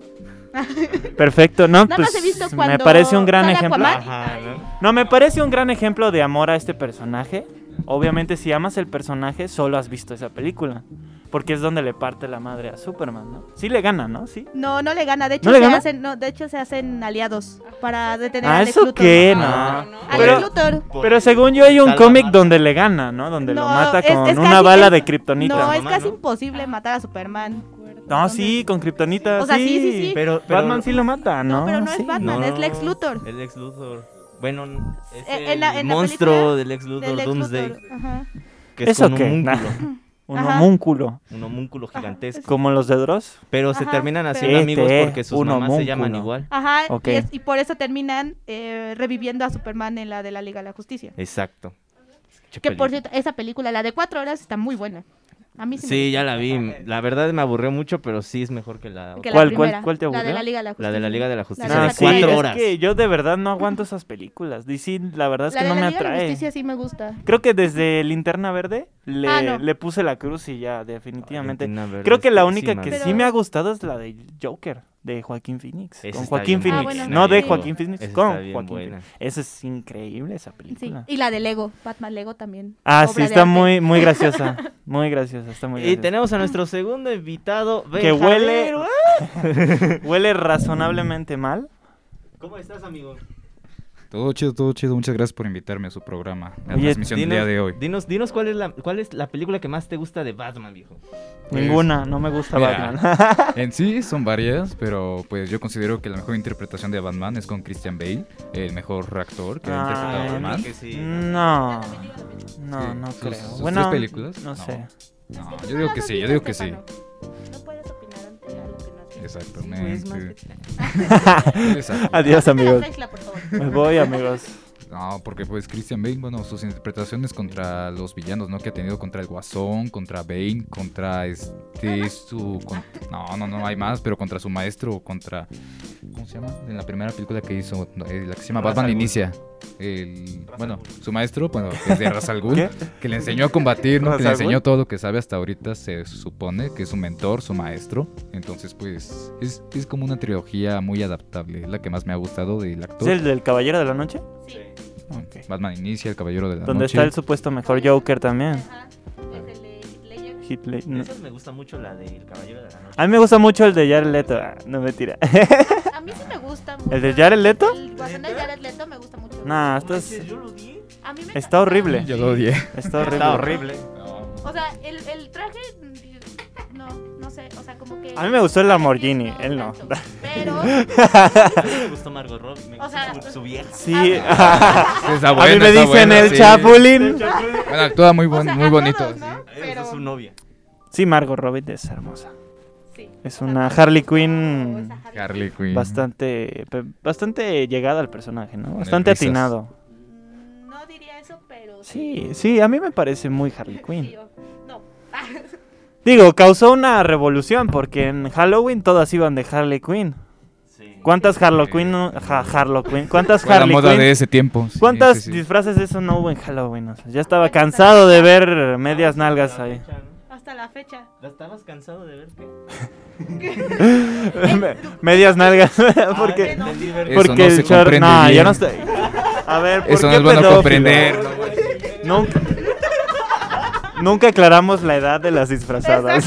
I: ya.
B: Perfecto, ¿no?
C: Nada
B: pues
C: más he visto
B: me
C: cuando
B: parece un gran
C: sale
B: ejemplo.
C: Aquaman.
D: Ajá, ¿no?
B: No, me parece un gran ejemplo de amor a este personaje. Obviamente, si amas el personaje, solo has visto esa película. Porque es donde le parte la madre a Superman, ¿no? Sí le gana, ¿no? Sí.
C: No, no le gana. De hecho,
B: le
C: se
B: gana?
C: hacen, no, de hecho se hacen aliados para detener a
B: Ah,
C: Lex
B: ¿eso
C: Luthor.
B: qué?
D: Ah,
B: No.
I: no.
C: Alex
B: Pero-
C: Luthor.
B: Pero según yo hay un
D: Tal
B: cómic
D: mata.
B: donde le gana, ¿no? Donde lo
C: No,
B: mata
C: es-
B: con
C: es
B: una
C: casi-
B: bala
C: es-
B: de kriptonita.
C: No,
B: No,
C: es
D: mamá,
C: casi
D: ¿no?
C: imposible matar a Superman.
B: sí, con kriptonita,
C: O sea, sí, sí, sí.
D: Pero, pero-
B: Batman sí lo mata, ¿no?
C: No, pero no
B: Sí.
C: es Batman, es Lex Luthor.
D: El Lex Luthor. Bueno,
C: Eh,
D: es
C: en
D: el
C: la- en la
D: monstruo
C: película
D: del Lex Luthor,
C: De Lex
D: Doomsday.
C: Luthor, ajá.
D: Que es
B: ¿Eso
D: con un
B: qué?
D: homúnculo.
B: Un
C: Ajá.
B: homúnculo,
D: un homúnculo gigantesco.
B: como los de Dross.
D: Pero se
C: Ah, Ajá,
D: terminan
C: pero-
D: haciendo amigos
B: Este,
D: porque sus
B: un
D: mamás se llaman
B: homúnculo.
D: igual.
C: Ajá, y
B: Ok.
C: es- y, por eso terminan eh, reviviendo a Superman en la de la Liga de la Justicia.
D: Exacto. Che
C: Que por
D: película.
C: cierto, esa película, la de cuatro horas, está muy buena. A mí sí, me
D: Sí, ya la vi. La verdad me aburrió mucho, pero sí es mejor que la
C: gusta,
D: otra.
C: que la
B: ¿Cuál, cuál,
C: primera,
B: cuál te
C: La de
B: aburrió?
C: la Liga de la Justicia.
D: La de la Liga de la Justicia.
C: de
D: de
C: la
D: cuatro
C: Justicia.
D: horas.
B: Es que yo de verdad no aguanto esas películas. DC, la verdad es
C: La
B: que
C: de
B: no me
C: la Liga de la
B: atrae.
C: Justicia sí me gusta.
B: Creo que desde Linterna Verde le,
C: Ah, no.
B: le puse la cruz y ya, definitivamente.
D: Valentina Verde
B: Creo que la
D: está
B: única
D: encima.
B: que
C: Pero-
B: sí me ha gustado es la de Joker. de Joaquín Phoenix.
D: Esa
B: con
D: está
B: Joaquín
D: bien
B: Phoenix.
C: buena. Ah, bueno,
B: no de
C: sí.
B: Joaquín Phoenix,
D: Esa está
B: con
D: bien
B: Joaquín
D: buena.
B: Phoenix. Esa es increíble esa
C: Sí.
B: película.
C: Y la de Lego, Batman Lego también.
B: Ah,
C: obra
B: sí,
C: de
B: está
C: arte.
B: muy, muy graciosa. Muy graciosa, está muy
D: Y
B: graciosa.
D: tenemos a nuestro segundo invitado,
B: Que huele,
D: Benjadero.
B: huele razonablemente mal.
D: ¿Cómo estás, amigo?
J: Todo chido, todo chido. Muchas gracias por invitarme a su programa, la
B: Oye,
J: transmisión del día de hoy.
D: Dinos, dinos cuál es la cuál es la película que más te gusta de Batman, viejo.
J: Pues,
B: Ninguna, no me gusta
J: mira.
B: Batman.
J: En sí son varias, pero pues yo considero que la mejor interpretación de Batman es con Christian Bale, el mejor actor que ha interpretado
B: Ay,
J: a Batman.
D: Ah, que sí.
B: Ah, No, no,
J: Sí,
B: no
J: sus-
B: creo.
J: sus
B: bueno,
J: tres películas,
B: no,
J: no.
B: sé.
J: No,
C: tú
J: yo digo
C: las
J: que
C: has
J: sí, yo
C: visto,
J: digo que sí.
C: Estefano. No puedes opinar ante algo que no has visto.
J: Exactamente. Exacto.
B: Adiós, amigos.
C: Tráesla, por favor.
B: Me voy, amigos.
J: No, porque pues Christian Bale, bueno, sus interpretaciones contra los villanos, ¿no? Que ha tenido contra el Guasón, contra Bane, contra este, su... con- No, no, no, hay más, pero contra su maestro, contra... ¿Cómo se llama? En la primera película que hizo, no, eh, la que se llama
D: Ra's al
J: Batman
D: Ghul.
J: Inicia. El, bueno, su maestro, bueno, es de Ra's al Ghul,
B: ¿Qué?
J: que le enseñó a combatir, ¿no?
B: ¿Ra's
J: Que le
B: al Ghul?
J: enseñó todo lo que sabe hasta ahorita, se supone que es su mentor, su maestro. Entonces, pues, es, es como una trilogía muy adaptable, es la que más me ha gustado del
B: ¿Es
J: actor.
B: el del Caballero de la Noche?
C: Sí.
B: Ok.
J: Batman Inicia, El Caballero de la
B: Donde
J: Noche.
B: está el supuesto mejor Joker también.
C: Ajá. Desde el de Hitler.
B: Hitler.
D: De
B: no.
D: esas me gusta mucho la del Caballero de la Noche.
B: A mí me gusta mucho el de Jared Leto. Ah, No me tira.
C: A mí sí me gusta mucho.
B: ¿El de Jared Leto?
C: El guasón de Jared Leto me gusta mucho.
B: Nah,
D: No
B: estás,
D: manches, yo lo odié.
C: A mí me
B: está horrible.
J: Yo lo odié.
B: Está horrible.
C: O sea, el, el traje. mm, No, no sé. O sea, como que.
B: A mí me gustó el Lamborghini, él no.
C: tanto, Pero.
D: A mí me gustó Margot Robbie, me
C: O sea,
D: gustó su, su vieja.
B: Sí.
J: Ah, Está
B: A
J: buena,
B: mí me
J: está
B: dicen
J: buena,
B: el
J: sí.
B: chapulín.
J: Bueno, actúa muy,
C: o
J: buen,
C: sea,
J: muy
C: a
J: bonito.
C: todos, Pues ¿no?
D: Esa es
C: Pero.
D: su novia.
B: Sí, Margot Robbie es hermosa.
C: sí.
B: Es
C: O sea,
B: una
C: tampoco-
B: Harley Quinn
C: esa Harley
J: sí. Harley Quinn.
B: Bastante pe- bastante llegada al personaje, ¿no? Bastante
J: risas.
B: atinado.
C: Quinn. No diría eso, pero.
B: Sí, sí, a mí me parece muy Harley
C: Sí,
B: Quinn.
C: o- no.
B: Digo, causó una revolución porque en Halloween todas iban de Harley Quinn.
D: Sí.
B: ¿Cuántas Harley
J: Sí.
B: Quinn? no- ja- Harley Quinn? ¿Cuántas
J: Fue la
B: Harley
J: moda de
B: Quinn?
J: ese tiempo. sí,
B: ¿Cuántas
J: sí, sí.
B: disfraces de eso no hubo en Halloween? O sea, ya estaba cansado de ver medias nalgas
D: La
B: ahí.
D: fecha, ¿no?
C: Hasta la fecha.
D: ¿La estabas cansado de ver qué?
B: Me- medias nalgas, porque
D: Ah, entendí, ver-
J: Eso
B: porque
J: no
B: el
J: se
B: chor-
J: comprende
B: no, yo
J: bien.
B: no estoy. A ver, ¿por
J: Eso no
B: qué
J: es bueno
B: pedófilo?
J: comprender.
B: Nunca, nunca aclaramos la edad de las disfrazadas.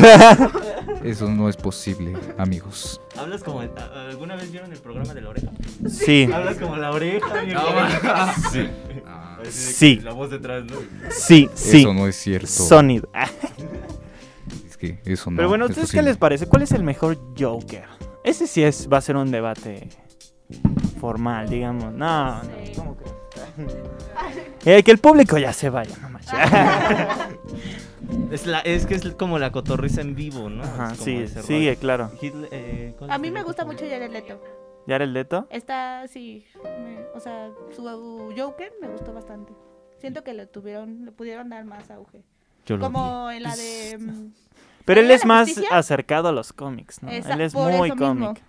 J: Eso no es posible, amigos.
D: Hablas como el- a- ¿Alguna vez vieron el programa de la oreja?
B: sí,
D: Hablas como la oreja, viejo.
J: Sí. Ah,
D: Así de que
B: Sí.
D: La voz detrás, ¿no?
B: sí, sí.
J: Eso no es cierto.
B: Sonido. Ah,
J: Es que eso no
B: Pero bueno,
J: es
B: ¿ustedes qué
J: posible.
B: les parece? ¿Cuál es el mejor Joker? Ese sí es, va a ser un debate formal, digamos. No, no,
C: Sí.
B: ¿cómo crees? Eh, que el público ya se vaya, no manches. Ah,
D: Es, la, es que es como la cotorriza en vivo, ¿no?
B: Ajá,
D: Es como
B: sí,
D: ese
B: sí,
D: rollo.
B: claro.
D: Hitler, eh, ¿cuál
C: A
D: es
C: mí
D: el
C: me
D: otro?
C: gusta mucho Jared Leto.
B: ¿Jared Leto?
C: Está, sí. me- o sea, su su Joker me gustó bastante. Siento que le tuvieron, le pudieron dar más auge.
D: Yo lo vi.
C: Como en la de. mm,
B: Pero él
C: ¿Liga de
B: es
C: la
B: más
C: Justicia?
B: acercado a los cómics, pues, ¿no?
C: esa-
B: él es
C: por
B: muy
C: eso mismo.
B: cómic.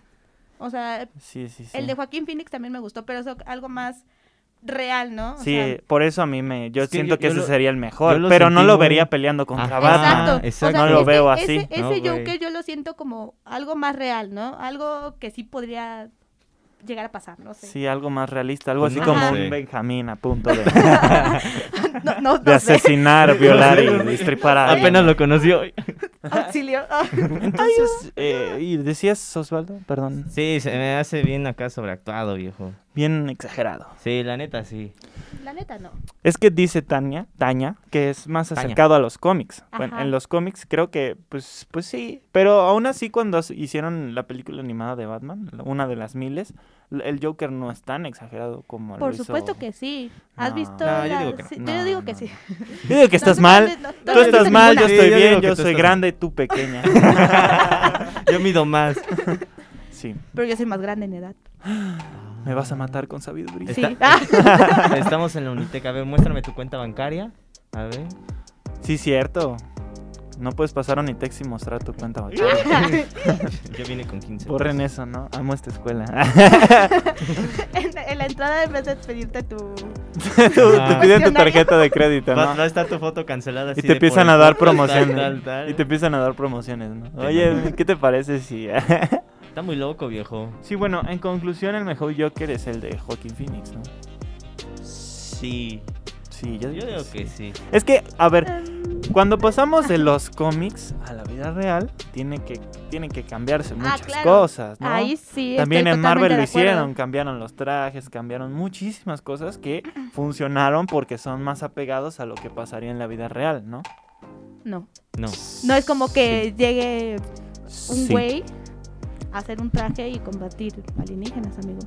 C: O sea,
B: Sí, sí, sí.
C: el de Joaquín Phoenix también me gustó, pero eso algo más real, ¿no? O
B: Sí,
C: sea,
B: por eso a mí me. Yo
D: Es que
B: siento
D: yo-
B: que
D: yo
B: ese
D: lo-
B: sería el mejor,
D: yo lo
B: pero no
D: sentí
B: lo
D: muy-
B: vería peleando contra
D: Ajá.
B: Batman.
C: Exacto.
D: Ah, exacto.
B: No lo
C: este-
B: veo
C: ese-
B: así.
C: Ese,
D: No, güey.
C: Joker yo lo siento como algo más real, ¿no? Algo que sí podría llegar a pasar, no sé.
B: Sí, algo más realista, algo así
D: Pues No
B: como
D: sé.
B: un Benjamín a punto de,
C: No, no,
B: de
C: no sé.
B: asesinar, violar
D: No sé.
B: y destripar a alguien.
D: Apenas lo conocí hoy.
C: Auxilio.
B: Entonces, eh, y decías, Osvaldo, perdón,
D: Sí, se me hace bien acá sobreactuado, viejo.
B: bien exagerado.
D: Sí, la neta, sí.
C: La neta, no.
B: Es que dice Tania, Tania, que es más
D: Tania.
B: acercado a los cómics. Bueno,
C: Ajá.
B: en los cómics creo que, pues, pues sí. Pero aún así, cuando as- hicieron la película animada de Batman, la- una de las miles, l- el Joker no es tan exagerado como
C: Por
B: lo hizo-
C: supuesto que sí. ¿Has
B: No.
C: visto?
D: No, yo
C: la-
D: digo que no.
C: sí,
B: No,
C: yo digo
B: no,
C: que
B: no.
C: sí.
B: Yo digo que estás mal.
C: No, no, no,
B: Tú
C: no,
B: estás
C: no,
B: mal,
C: ninguna.
B: yo
D: Sí,
B: estoy
D: yo
B: bien,
D: digo que
B: yo
D: tú
B: soy
D: estás
B: grande y tú pequeña.
D: Yo mido más.
B: Sí,
C: Pero yo soy más grande en edad.
B: me vas a matar con sabiduría.
C: Sí.
D: Está-
C: Ah,
D: Estamos en la Unitec. A ver, muéstrame tu cuenta bancaria. A ver.
B: Sí, cierto. No puedes pasar a Unitex y mostrar tu cuenta bancaria.
D: Yo vine con 15.
B: Borren eso, ¿no? Amo esta escuela.
C: en, en la entrada debes de pedirte tu.
B: Tú- te
D: Ah.
B: piden tu
C: Cuestionario.
B: tarjeta de crédito,
D: Va,
B: ¿no?
D: va a estar tu foto cancelada.
B: Y
D: así
B: te
D: de por
B: empiezan
D: el
B: a dar
D: podcast, tal,
B: promociones.
D: tal, tal.
B: Y te empiezan a dar promociones, ¿no? Oye, ¿qué te parece si...
D: Está muy loco, viejo.
B: Sí, bueno, en conclusión, el mejor Joker es el de Joaquin Phoenix, ¿no?
D: Sí.
B: Sí,
D: Yo digo que sí.
B: Es que, a ver, cuando pasamos de los cómics a la vida real, tiene que, tienen que cambiarse muchas
C: Ah, claro.
B: cosas, ¿no?
C: Ahí sí.
B: También
C: estoy
B: en Marvel lo
C: totalmente de acuerdo.
B: hicieron, cambiaron los trajes, cambiaron muchísimas cosas que funcionaron porque son más apegados a lo que pasaría en la vida real, ¿no?
C: No.
D: No.
C: No es como que llegue un
B: Sí.
C: güey a hacer un traje y combatir alienígenas, amigo.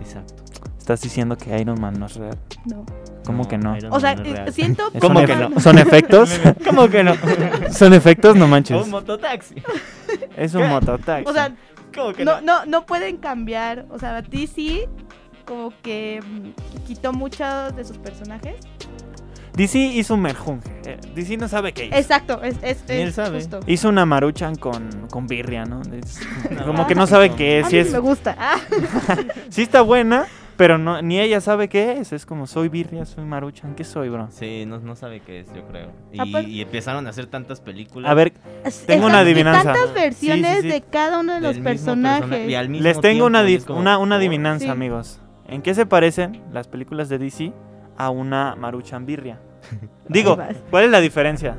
D: Exacto.
B: Estás diciendo que Iron Man no es real.
C: No.
B: ¿Cómo
D: No,
B: que no?
D: Iron
C: O sea,
D: Man es
C: eh,
D: real.
C: siento.
B: ¿Son
D: ¿Cómo
B: efe-
D: que no?
B: ¿Son efectos?
D: ¿Cómo que no?
B: ¿Son efectos? No manches.
D: un mototaxi.
B: Es un
D: ¿Qué?
B: mototaxi.
C: O sea,
D: ¿Cómo que
C: no,
D: no?
C: no, no pueden cambiar. O sea, DC como que mm, quitó muchos de sus personajes.
B: DC hizo un merjunje. eh, DC no sabe qué hizo.
C: Exacto, es, es,
D: Ni él
C: es
D: sabe.
C: justo.
B: Hizo una maruchan con, con birria, ¿no? Es-
D: No.
B: como que no sabe qué
C: a
B: es.
C: mí
B: Sí,
C: sí
B: es,
C: me gusta. Ah,
B: sí está buena, pero no, ni ella sabe qué es. Es como, soy birria, soy maruchan. ¿Qué soy, bro?
D: Sí, no, no sabe qué es, yo creo. Y,
C: Aparte-
D: y empezaron a hacer tantas películas.
B: A ver,
C: es-
B: Tengo
C: es
B: una
C: así,
B: adivinanza.
C: Tantas versiones
B: Sí, sí, sí.
C: de cada uno de
D: del
C: los
D: mismo
C: personajes.
D: persona- y al mismo
B: les tengo una,
D: tiempo, y
B: di-
D: es como,
B: una, una
D: "Oh".
B: adivinanza,
C: Sí.
B: amigos. ¿En qué se parecen las películas de DC a una maruchan birria? Digo,
C: vas.
B: ¿cuál es la diferencia?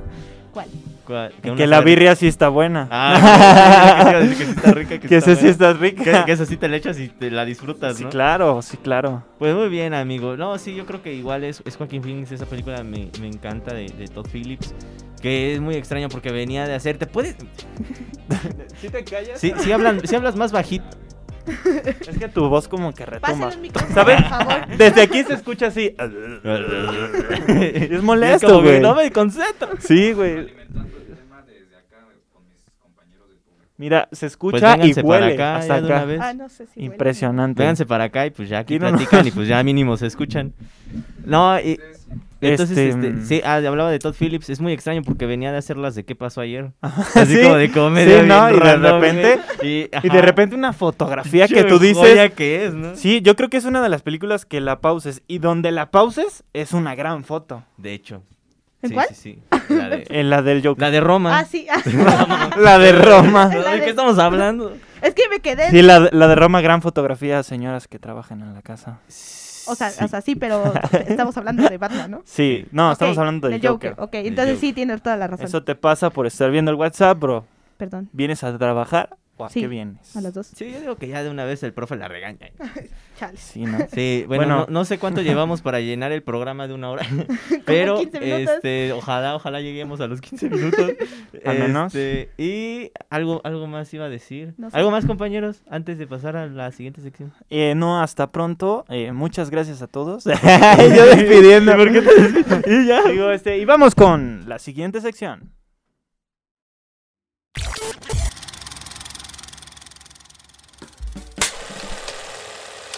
C: ¿Cuál?
D: ¿Cuál?
B: Que,
D: una
B: la
D: sabe-
B: birria sí está buena.
D: Ah, que está rica, que
B: que
D: está
B: esa sí
D: buena.
B: está rica.
D: Que, que esa sí te la echas y te la disfrutas,
B: sí,
D: ¿no?
B: claro, sí, claro.
D: Pues muy bien, amigo. No, sí, yo creo que igual es, es Joaquín Phoenix. Esa película me, me encanta de, de Todd Phillips. Que es muy extraño porque venía de hacer. ¿Te puedes.?
B: ¿Sí te callas?
D: Si, si, hablan, si hablas más bajito.
B: Es que tu voz como que
C: Pásenme
B: retumba.
C: el micrófono,
B: ¿Sabes?
C: por favor.
B: Desde aquí se escucha así. es
D: Es
B: molesto,
D: como que
B: güey.
D: No me concentro.
B: Sí, güey. Mira, se
D: Pues
B: escucha y
D: vénganse para
B: huele
D: acá,
B: hasta
D: ya de una
B: acá.
D: vez.
C: Ah, no sé si huele.
B: Impresionante.
D: Vénganse para acá y pues ya aquí
B: Tiene una-
D: platican y pues ya mínimo se escuchan. No, y- entonces,
B: Este,
D: este,
B: mm.
D: sí, ah, hablaba de Todd Phillips. Es muy extraño porque venía de hacer las de ¿Qué pasó ayer?
B: Así
D: Así como de comedia.
B: Sí, ¿no?
D: bien
B: Y de
D: random, güey.
B: repente...
D: Y,
B: Y de repente una fotografía que
D: Pinche
B: tú
D: joya
B: dices...
D: que es, ¿no?
B: Sí, yo creo que es una de las películas que la pauses. Y donde la pauses es una gran foto.
D: De hecho.
C: ¿En
D: sí,
C: cuál?
D: sí, sí. La de,
B: Eh, la del Joker.
D: la de Roma.
C: Ah, sí. ah.
B: La de Roma.
C: La
D: ¿De
C: de-
D: qué estamos hablando?
C: es que me quedé.
B: Sí, la, la de Roma, gran fotografía, señoras que trabajan en la casa.
C: O sea,
D: Sí.
C: o sea, sí, pero estamos hablando de Batman, ¿no?
B: Sí, no, estamos
C: Ok,
B: hablando del Joker.
C: Ok, entonces sí, tienes toda la razón.
B: Eso te pasa por estar viendo el WhatsApp, bro.
C: Perdón,
B: ¿Vienes a trabajar o a
C: Sí.
B: Ah, qué vienes?
C: a las dos.
D: Sí, yo digo que ya de una vez el profe la regaña.
C: Chales.
B: Sí, ¿no?
D: Sí, bueno,
B: Bueno.
D: No, no sé cuánto llevamos para llenar el programa de una hora, pero
C: 15 minutos.
D: este, ojalá, ojalá lleguemos a los 15 minutos.
B: Al menos.
D: Este, y algo, algo más iba a decir.
C: No sé.
D: ¿Algo más, compañeros? Antes de pasar a la siguiente sección.
B: Eh, no, hasta pronto. Eh, muchas gracias a todos. Yo despidiendo. ¿Por qué y ya. Digo, este, y vamos con la siguiente sección.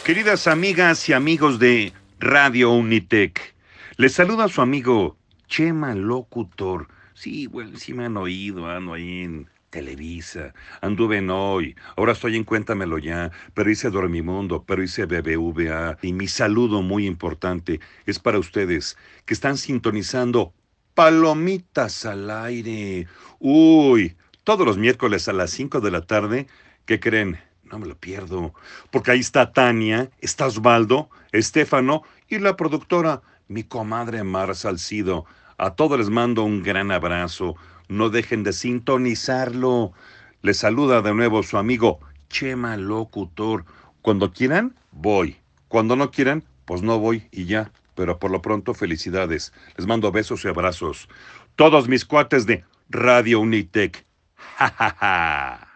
F: Queridas amigas y amigos de Radio Unitec, les saluda su amigo Chema Locutor. Sí, bueno, sí me han oído, ando ahí en Televisa, anduve en Hoy, ahora estoy en Cuéntamelo Ya, pero hice Dormimundo, pero hice BBVA. Y mi saludo muy importante es para ustedes que están sintonizando Palomitas al Aire. Uy, todos los miércoles a las 5 de la tarde, ¿qué creen? No me lo pierdo porque ahí está Tania, está Osvaldo, Estefano y la productora, mi comadre Mar Salcido. A todos les mando un gran abrazo. No dejen de sintonizarlo. Les saluda de nuevo su amigo Chema Locutor. Cuando quieran, voy. Cuando no quieran, pues no voy y ya. Pero por lo pronto, felicidades. Les mando besos y abrazos. Todos mis cuates de Radio Unitec. ¡Ja, ja, ja!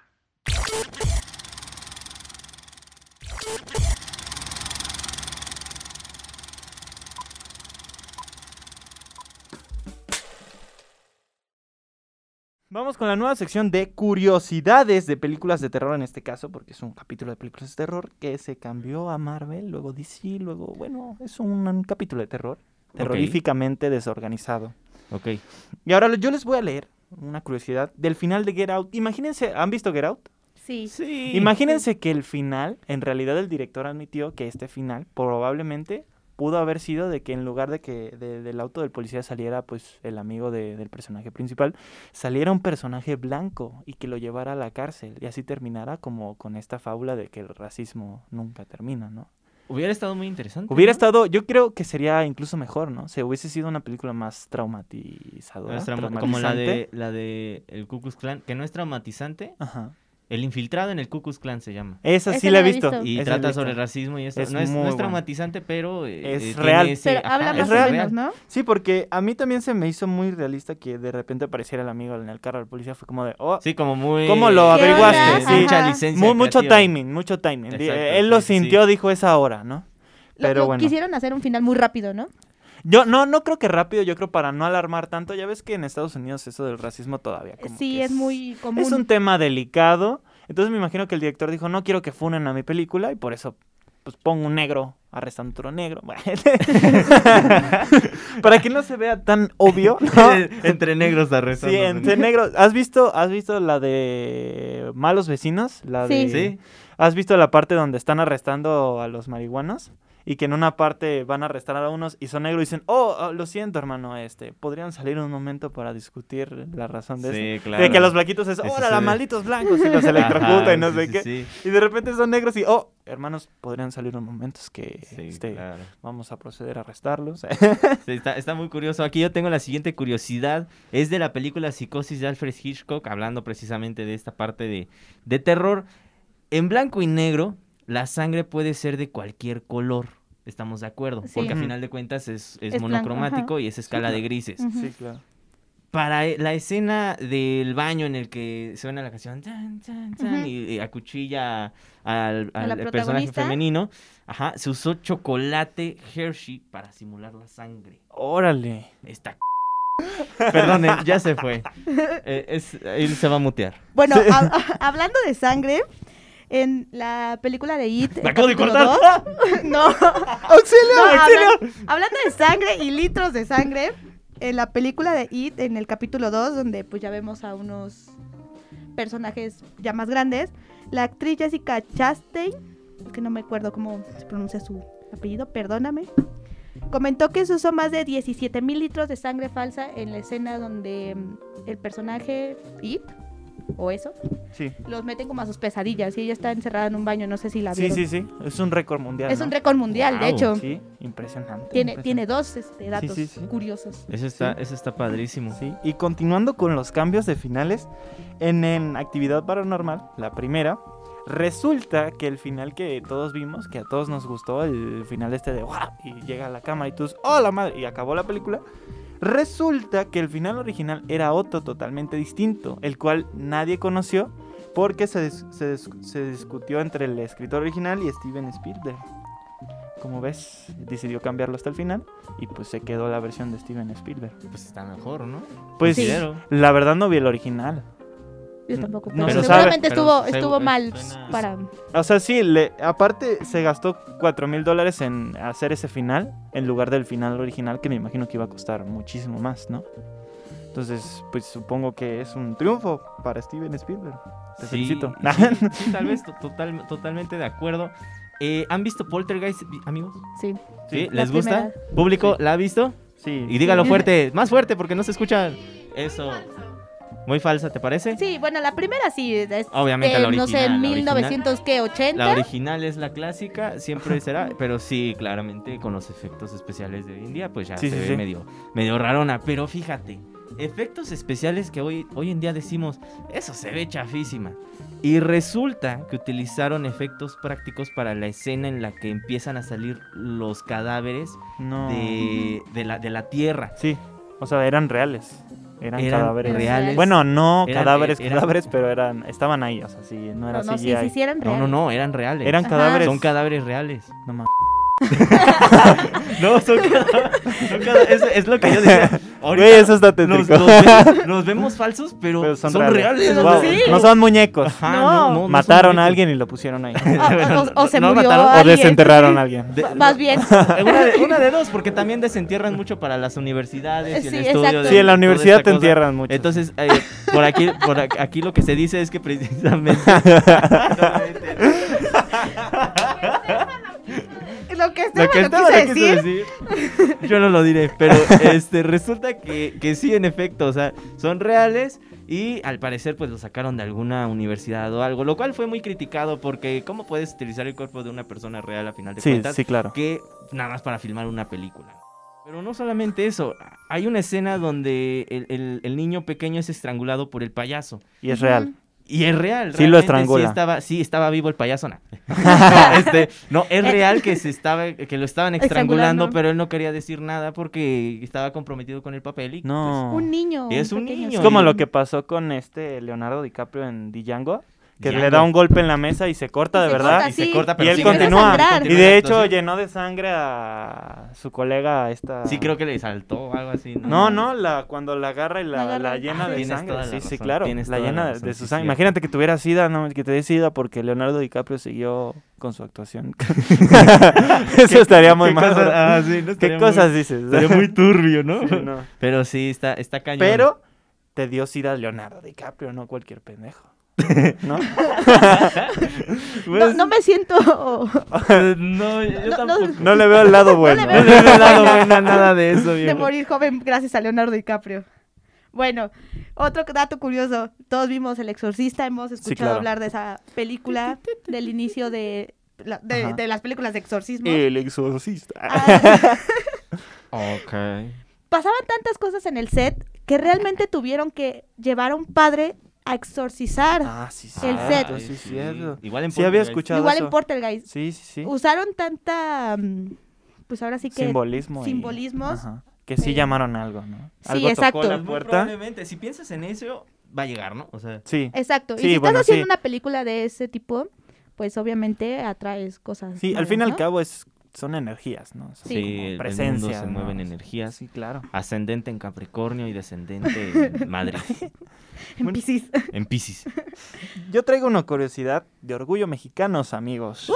B: Vamos con la nueva sección de curiosidades de películas de terror en este caso, porque es un capítulo de películas de terror que se cambió a Marvel, luego DC, luego, bueno, es un, un capítulo de terror, terroríficamente desorganizado.
D: Ok.
B: Y ahora yo les voy a leer una curiosidad del final de Get Out. Imagínense, ¿han visto Get Out?
C: Sí.
D: Sí.
B: Imagínense que el final, en realidad el director admitió que este final probablemente pudo haber sido de que en lugar de que de- del auto del policía saliera pues el amigo de- del personaje principal, saliera un personaje blanco y que lo llevara a la cárcel y así terminara como con esta fábula de que el racismo nunca termina, ¿no?
D: Hubiera estado muy interesante.
B: Hubiera
D: ¿no?
B: estado, yo creo que sería incluso mejor, ¿no? Se hubiese sido una película más traumatizadora.
D: Más trauma- como la de,
B: traumatizante.
D: la de el Ku Klux Klan, que no es traumatizante.
B: Ajá.
D: El infiltrado en el Ku Klux Klan se llama.
B: Esa
C: Esa
B: sí
C: no
B: la he
C: la he
B: visto.
C: visto.
D: Y
B: Esa la he
D: trata
B: visto.
D: sobre racismo y eso.
B: Es
D: no es, no
B: muy
D: es
B: bueno.
D: traumatizante, pero... eh,
B: Es
D: eh, tiene
B: real.
D: ese-
C: Pero
D: ajá,
C: habla
D: es
C: más
B: real.
C: o menos, ¿no?
B: Sí, porque a mí también se me hizo muy realista que de repente apareciera el amigo en el carro del policía. Fue como de, oh,
D: Sí, como muy...
B: ¿Cómo lo
C: ¿Qué
B: averiguaste?
C: onda?
B: Sí.
D: Mucha
C: Ajá.
D: licencia
B: Mu- mucho
D: creativa.
B: timing, mucho timing. Di-
D: Exacto,
B: Él lo
D: sí, sí,
B: sintió, dijo esa hora, ¿no?
C: Lo-
B: Pero
C: lo
B: bueno.
C: Quisieron hacer un final muy rápido, ¿no?
B: Yo no, no creo que rápido, yo creo para no alarmar tanto. Ya ves que en Estados Unidos eso del racismo todavía. como
C: Eh, sí,
B: que
C: es, muy común.
B: Es un tema delicado. Entonces me imagino que el director dijo, no quiero que funen a mi película y por eso pues pongo un negro arrestando a otro negro. Bueno. Para que no se vea tan obvio, ¿no?
D: entre negros
B: Sí,
D: arrestando.
B: entre negros. ¿Has visto, ¿Has visto la de Malos Vecinos? La
C: Sí.
B: de-
D: Sí,
B: ¿Has visto la parte donde están arrestando a los marihuanos? Y que en una parte van a arrestar a unos y son negros y dicen, oh, oh, lo siento, hermano, este, podrían salir un momento para discutir la razón de eso.
D: sí, claro.
B: De que los blaquitos es,
D: Eso
B: órala,
D: sí.
B: malditos blancos, y los
D: Ajá,
B: electrocuta y no
D: sí,
B: sé
D: sí,
B: qué.
D: sí.
B: Y de repente son negros y, oh, hermanos, podrían salir unos momentos que
D: Sí,
B: este,
D: claro.
B: vamos a proceder a arrestarlos.
D: Sí, está, está muy curioso. Aquí yo tengo la siguiente curiosidad. Es de la película Psicosis de Alfred Hitchcock, hablando precisamente de esta parte de, de terror. En blanco y negro, la sangre puede ser de cualquier color. Estamos de acuerdo,
C: Sí.
D: porque a
B: Ujú.
D: final de cuentas es, es
C: Es blanco,
D: monocromático y es escala de
B: claro.
D: grises.
C: Ujú.
B: sí, claro.
D: Para e- la escena del baño en el que suena la canción tan, tan, tan,
C: Ujú.
D: y, y acuchilla al,
C: A
D: al
C: la
D: personaje
C: protagonista.
D: femenino, ajá, se usó chocolate Hershey para simular la sangre.
B: Órale.
D: Está Perdonen, ya se fue. Eh, es- él se va a mutear.
C: Bueno, hab- hablando de sangre, en la película de It. el
D: ¡Me acabo de
C: capítulo
D: cortar!
C: dos- No. ¡Auxilio! hablando de sangre y litros de sangre, en la película de It, en el capítulo 2, donde pues ya vemos a unos personajes ya más grandes, la actriz Jessica Chastain, es que no me acuerdo cómo se pronuncia su apellido, perdóname, comentó que se usó más de 17 mil litros de sangre falsa en la escena donde mm, el personaje It, o eso,
B: Sí.
C: los meten como a sus pesadillas y ella está encerrada en un baño, no sé si la
B: Sí,
C: vieron.
B: sí, sí. Es un récord mundial.
C: Es un
B: ¿no?
C: récord mundial, de
D: Wow.
C: hecho.
B: Sí, impresionante.
C: Tiene,
B: impresionante.
C: tiene dos este, datos
B: sí, sí.
C: curiosos.
D: Eso está, eso está padrísimo.
B: Sí, y continuando con los cambios de finales, en, en Actividad Paranormal, la primera, resulta que el final que todos vimos, que a todos nos gustó, el final este de ¡guau! y llega a la cámara y tú, ¡hola madre! y acabó la película. Resulta que el final original era otro totalmente distinto, el cual nadie conoció porque se, dis- se dis- se discutió entre el escritor original y Steven Spielberg. Como ves, decidió cambiarlo hasta el final y pues se quedó la versión de Steven Spielberg.
D: Pues está mejor, ¿no?
B: Pues
C: Sí.
D: Considero.
B: la verdad no vi el original.
C: Yo tampoco,
B: No
C: pero,
B: se sabe,
C: seguramente
D: pero
C: estuvo,
D: se-
C: estuvo mal
D: suena-
C: para...
B: O sea, sí, le, aparte se gastó 4 mil dólares en hacer ese final en lugar del final original que me imagino que iba a costar muchísimo más, ¿no? Entonces, pues supongo que es un triunfo para Steven Spielberg. Te
D: Sí,
B: felicito.
D: sí, sí, tal vez, to- total- totalmente de acuerdo. Eh, ¿Han visto Poltergeist, vi- amigos?
C: Sí.
D: ¿Sí?
C: La
D: ¿Les gusta? ¿Público la ha visto?
B: Sí.
D: Y dígalo fuerte, más fuerte porque no se escuchan. Eso. Muy falsa, ¿te parece?
C: Sí, bueno, la primera sí. es,
D: Obviamente la
C: eh, No sé,
D: original,
C: en
D: la original.
C: 1980.
D: La original es la clásica, siempre será, pero sí, claramente con los efectos especiales de hoy en día, pues ya
B: Sí,
D: se
B: sí,
D: ve
B: sí.
D: medio, medio rarona. Pero fíjate, efectos especiales que hoy, hoy en día decimos, eso se ve chafísima. Y resulta que utilizaron efectos prácticos para la escena en la que empiezan a salir los cadáveres
B: No.
D: de, de la, de la tierra.
B: Sí. O sea, eran reales. Eran,
D: Eran
B: cadáveres.
D: reales.
B: Bueno, no
D: Eran- eh,
B: cadáveres,
D: eran-
B: cadáveres, pero eran estaban ahí, o sea, sí, no
C: No,
B: era
C: no, sí,
B: CGI.
C: sí, sí eran
D: No,
C: reales.
D: no, no, eran reales.
B: Eran
C: Ajá.
B: cadáveres.
D: Son cadáveres reales.
B: No mames.
D: No, son cadáveres. son cadáveres. Es, es lo que yo decía. Ahorita
B: Güey, eso está tétrico.
D: los, los vemos, los vemos falsos, pero,
B: Pero
D: son, reales.
B: Wow,
D: güey.
B: No son muñecos.
D: Ajá,
C: No.
D: son
B: Mataron a
D: reales.
B: alguien y lo pusieron ahí.
C: Ah, O, o- o se
D: No
C: murió
D: mataron, o
B: o
C: alguien.
B: desenterraron a alguien.
D: De-
C: Más bien.
D: una, de, una de dos, porque también desentierran mucho para las universidades y el
C: Sí,
D: estudio.
C: exacto.
D: de-
B: Sí, en la
D: toda
B: universidad
D: esta
B: te
D: cosa.
B: entierran mucho.
D: Entonces, eh, por aquí, por ac- aquí lo que se dice es que precisamente.
I: Esa es la noticia de-
C: Lo que es
D: Lo que
K: lo
D: estaba
K: quise
D: lo quiso decir. Yo no lo diré, pero este resulta que, que sí, en efecto, o sea, son reales y al parecer pues lo sacaron de alguna universidad o algo, lo cual fue muy criticado porque ¿cómo puedes utilizar el cuerpo de una persona real a final de
B: Sí,
D: cuentas?
B: sí, claro.
D: Que nada más para filmar una película. Pero no solamente eso, hay una escena donde el, el- el niño pequeño es estrangulado por el payaso.
B: Y es real.
D: Y es real.
B: Sí lo
D: realmente
B: estrangula.
D: Sí estaba, sí estaba vivo el payaso. No, No, este, no, es real que, se estaba, que lo estaban
K: Estrangulando.
D: estrangulando, pero él no quería decir nada porque estaba comprometido con el papel. Y,
B: No.
K: Un niño,
D: Es pues, un
K: pequeño.
D: niño.
B: Es como
D: y-
B: lo que pasó con este Leonardo DiCaprio en Django. Que
D: Django.
B: le da un golpe en la mesa y se corta de
D: se
B: verdad.
D: corta, Y se sí, corta,
B: y
D: pero
B: él
D: sí,
B: continúa.
D: empieza a sangrar.
B: Y de hecho
D: Continúa.
B: llenó de sangre a su colega esta.
D: pues, Sí, creo que le saltó o algo así.
B: No, no, la, cuando la agarra y la,
D: agarra.
B: la llena
D: Ah,
B: de
D: tienes
B: sangre.
D: toda la
B: Sí, sí,
D: razón,
B: claro.
D: tienes
B: La
D: toda la
B: llena de-
D: razón,
B: de
D: sí,
B: su
D: es
B: sangre.
D: cierto.
B: Imagínate que tuviera sida, ¿no? Que te dé sida porque Leonardo DiCaprio siguió con su actuación. Eso
D: ¿Qué-
B: estaría muy
D: qué
B: mal.
D: cosas-
B: ¿verdad?
D: ah, sí, no
B: ¿Qué
D: estaría muy-
B: cosas dices?
D: estaría muy turbio, ¿no?
B: Sí, no.
D: Pero sí, está, está cañón.
B: Pero te dio sida Leonardo DiCaprio, no cualquier pendejo. ¿No?
C: No, no me siento.
D: no, yo
C: no-
D: tampoco.
B: No le veo el lado bueno.
C: veo No le veo el lado bueno
D: a nada de eso,
C: de
D: viejo.
C: morir joven gracias a Leonardo DiCaprio. Bueno, otro dato curioso. Todos vimos El Exorcista, hemos escuchado
B: claro.
C: hablar de esa película, del inicio de, la- de-
B: Ajá. Eh.
C: de las películas de exorcismo.
B: El exorcista.
C: Ah,
D: Ok.
C: Pasaban tantas cosas en el set que realmente tuvieron que llevar a un padre a exorcizar
B: Ah,
C: el set.
B: cierto, sí, cierto.
D: Igual en
B: Sí había
D: Poltergeist.
B: escuchado
C: Igual
B: eso.
C: en Poltergeist.
B: Sí, sí, sí.
C: Usaron tanta, mm, pues ahora sí que...
B: Simbolismo. y-
C: Simbolismos.
B: ajá, Que sí
C: Eh,
B: llamaron algo, ¿no?
C: sí,
B: Algo
C: exacto.
B: tocó la
C: Muy
B: puerta.
D: Probablemente, si piensas en eso, va a llegar, ¿no? O sea,
B: Sí.
C: Exacto. y
B: Sí,
C: si
B: bueno,
C: estás haciendo
B: sí.
C: una película de ese tipo, pues obviamente atraes cosas.
B: Sí, al
C: malas,
B: fin y al
C: ¿no?
B: cabo es, son energías, ¿no? Son
D: Sí,
B: como
D: el- el mundo
B: presencias,
D: se
B: ¿no?
D: mueven energías.
B: Sí, claro.
D: ascendente en Capricornio y descendente en Madrid.
C: En Piscis.
D: En Pisces.
B: Yo traigo una curiosidad de orgullo mexicanos, amigos.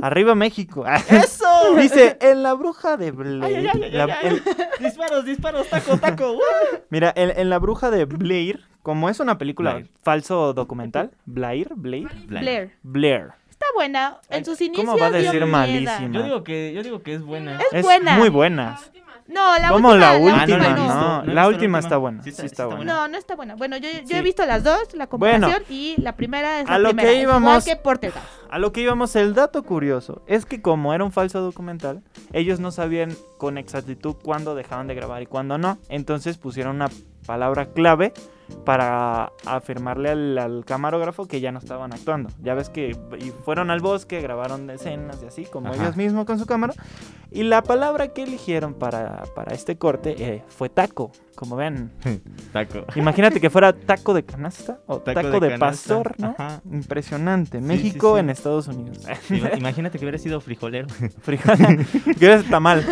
B: Arriba México.
D: ¡Eso!
B: Dice, en la bruja de Blair. la- el-
D: Disparos, disparos, taco, taco. ¡uh!
B: mira, en, en la bruja de Blair, como es una película
D: Blair.
B: falso documental, Blair, Blair,
C: Blair.
B: Blair.
C: Está buena. En sus inicios.
B: ¿Cómo va a
C: dio
B: decir
C: miedo.
B: malísima?
D: Yo digo que, yo digo que es buena.
C: Es buena.
B: muy buena.
C: No, la
B: ¿Cómo
C: última.
B: la última? Ah,
C: última
B: no,
C: no.
D: visto. No he
B: la
D: visto
B: última
D: la última.
B: está buena.
D: Sí está-
B: sí está
D: sí está
B: buena.
C: No, no está buena. Bueno, yo, yo
B: Sí.
C: he visto las dos, la
B: Bueno.
C: comparación y la primera es la
B: A lo
C: primera,
B: que
C: es
B: íbamos-
C: Igual que Poltergeist.
B: A lo que íbamos, el dato curioso es que como era un falso documental, ellos no sabían con exactitud cuándo dejaban de grabar y cuándo no. Entonces pusieron una palabra clave para afirmarle al, al camarógrafo que ya no estaban actuando. Ya ves que y fueron al bosque, grabaron escenas y así, como
D: Ajá.
B: ellos mismos con su cámara. Y la palabra que eligieron para, para este corte eh, fue taco, como ven.
D: Taco.
B: Imagínate que fuera taco de canasta o taco,
D: Taco
B: de,
D: de canasta.
B: pastor, ¿no?
D: Ajá.
B: Impresionante.
D: Sí, sí,
B: México
D: sí. Eh.
B: en Estados Unidos.
D: Ima- Imagínate que hubiera sido frijolero.
B: Frijol. Que eres tamal.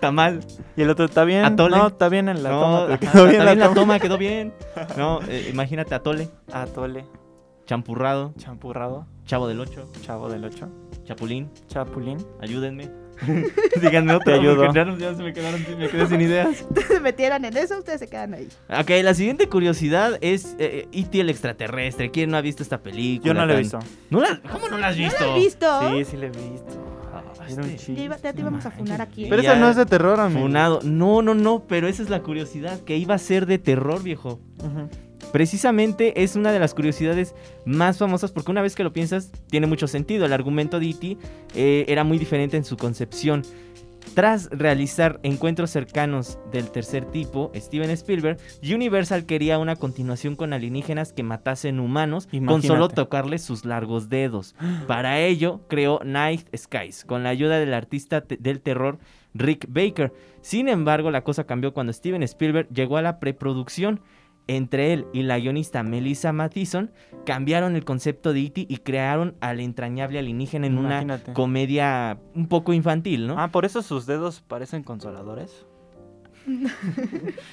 D: Tamal.
B: Y el otro está bien.
D: Atole.
B: No, está bien en la
D: no,
B: toma.
D: ajá,
B: te quedó
D: está
B: bien
D: bien la
B: toma.
D: toma, quedó bien. No, eh, imagínate Atole,
B: Atole,
D: Champurrado,
B: champurrado,
D: Chavo del Ocho,
B: chavo del 8,
D: Chapulín,
B: chapulín.
D: ayúdenme. Díganme otra,
B: Te ayudo.
D: porque ya no- ya se me quedaron sin- me quedé sin ideas.
C: Ustedes se metieran en eso, ustedes se quedan ahí.
D: Ok, la siguiente curiosidad es eh, E.T. el extraterrestre. ¿Quién no ha visto esta película?
B: Yo no lo he visto.
D: tan- ¿No la- ¿Cómo no la has visto?
C: ¿Lo has visto?
B: Sí, sí lo he visto.
D: Ah,
B: Era un
D: este-
C: Ya, ¿Oh? iba-
B: chiste.
C: ya te íbamos a funar aquí. ¿eh?
B: Pero
D: Ya.
B: esa no es de terror, amigo.
D: Funado. No, no, no, pero esa es la curiosidad, que iba a ser de terror, viejo.
B: Ujú.
D: Precisamente es una de las curiosidades más famosas porque una vez que lo piensas tiene mucho sentido. El argumento de E.T. eh, era muy diferente en su concepción. Tras realizar encuentros cercanos del tercer tipo, Steven Spielberg, Universal quería una continuación con alienígenas que matasen humanos con
B: Imagínate.
D: solo tocarles sus largos dedos. Para ello creó Night Skies con la ayuda del artista te- del terror Rick Baker. Sin embargo, la cosa cambió cuando Steven Spielberg llegó a la preproducción. Entre él y la guionista Melissa Mathison cambiaron el concepto de E.T. y crearon al entrañable alienígena en
B: Imagínate.
D: una comedia un poco infantil, ¿no?
B: Ah, por eso sus dedos parecen consoladores.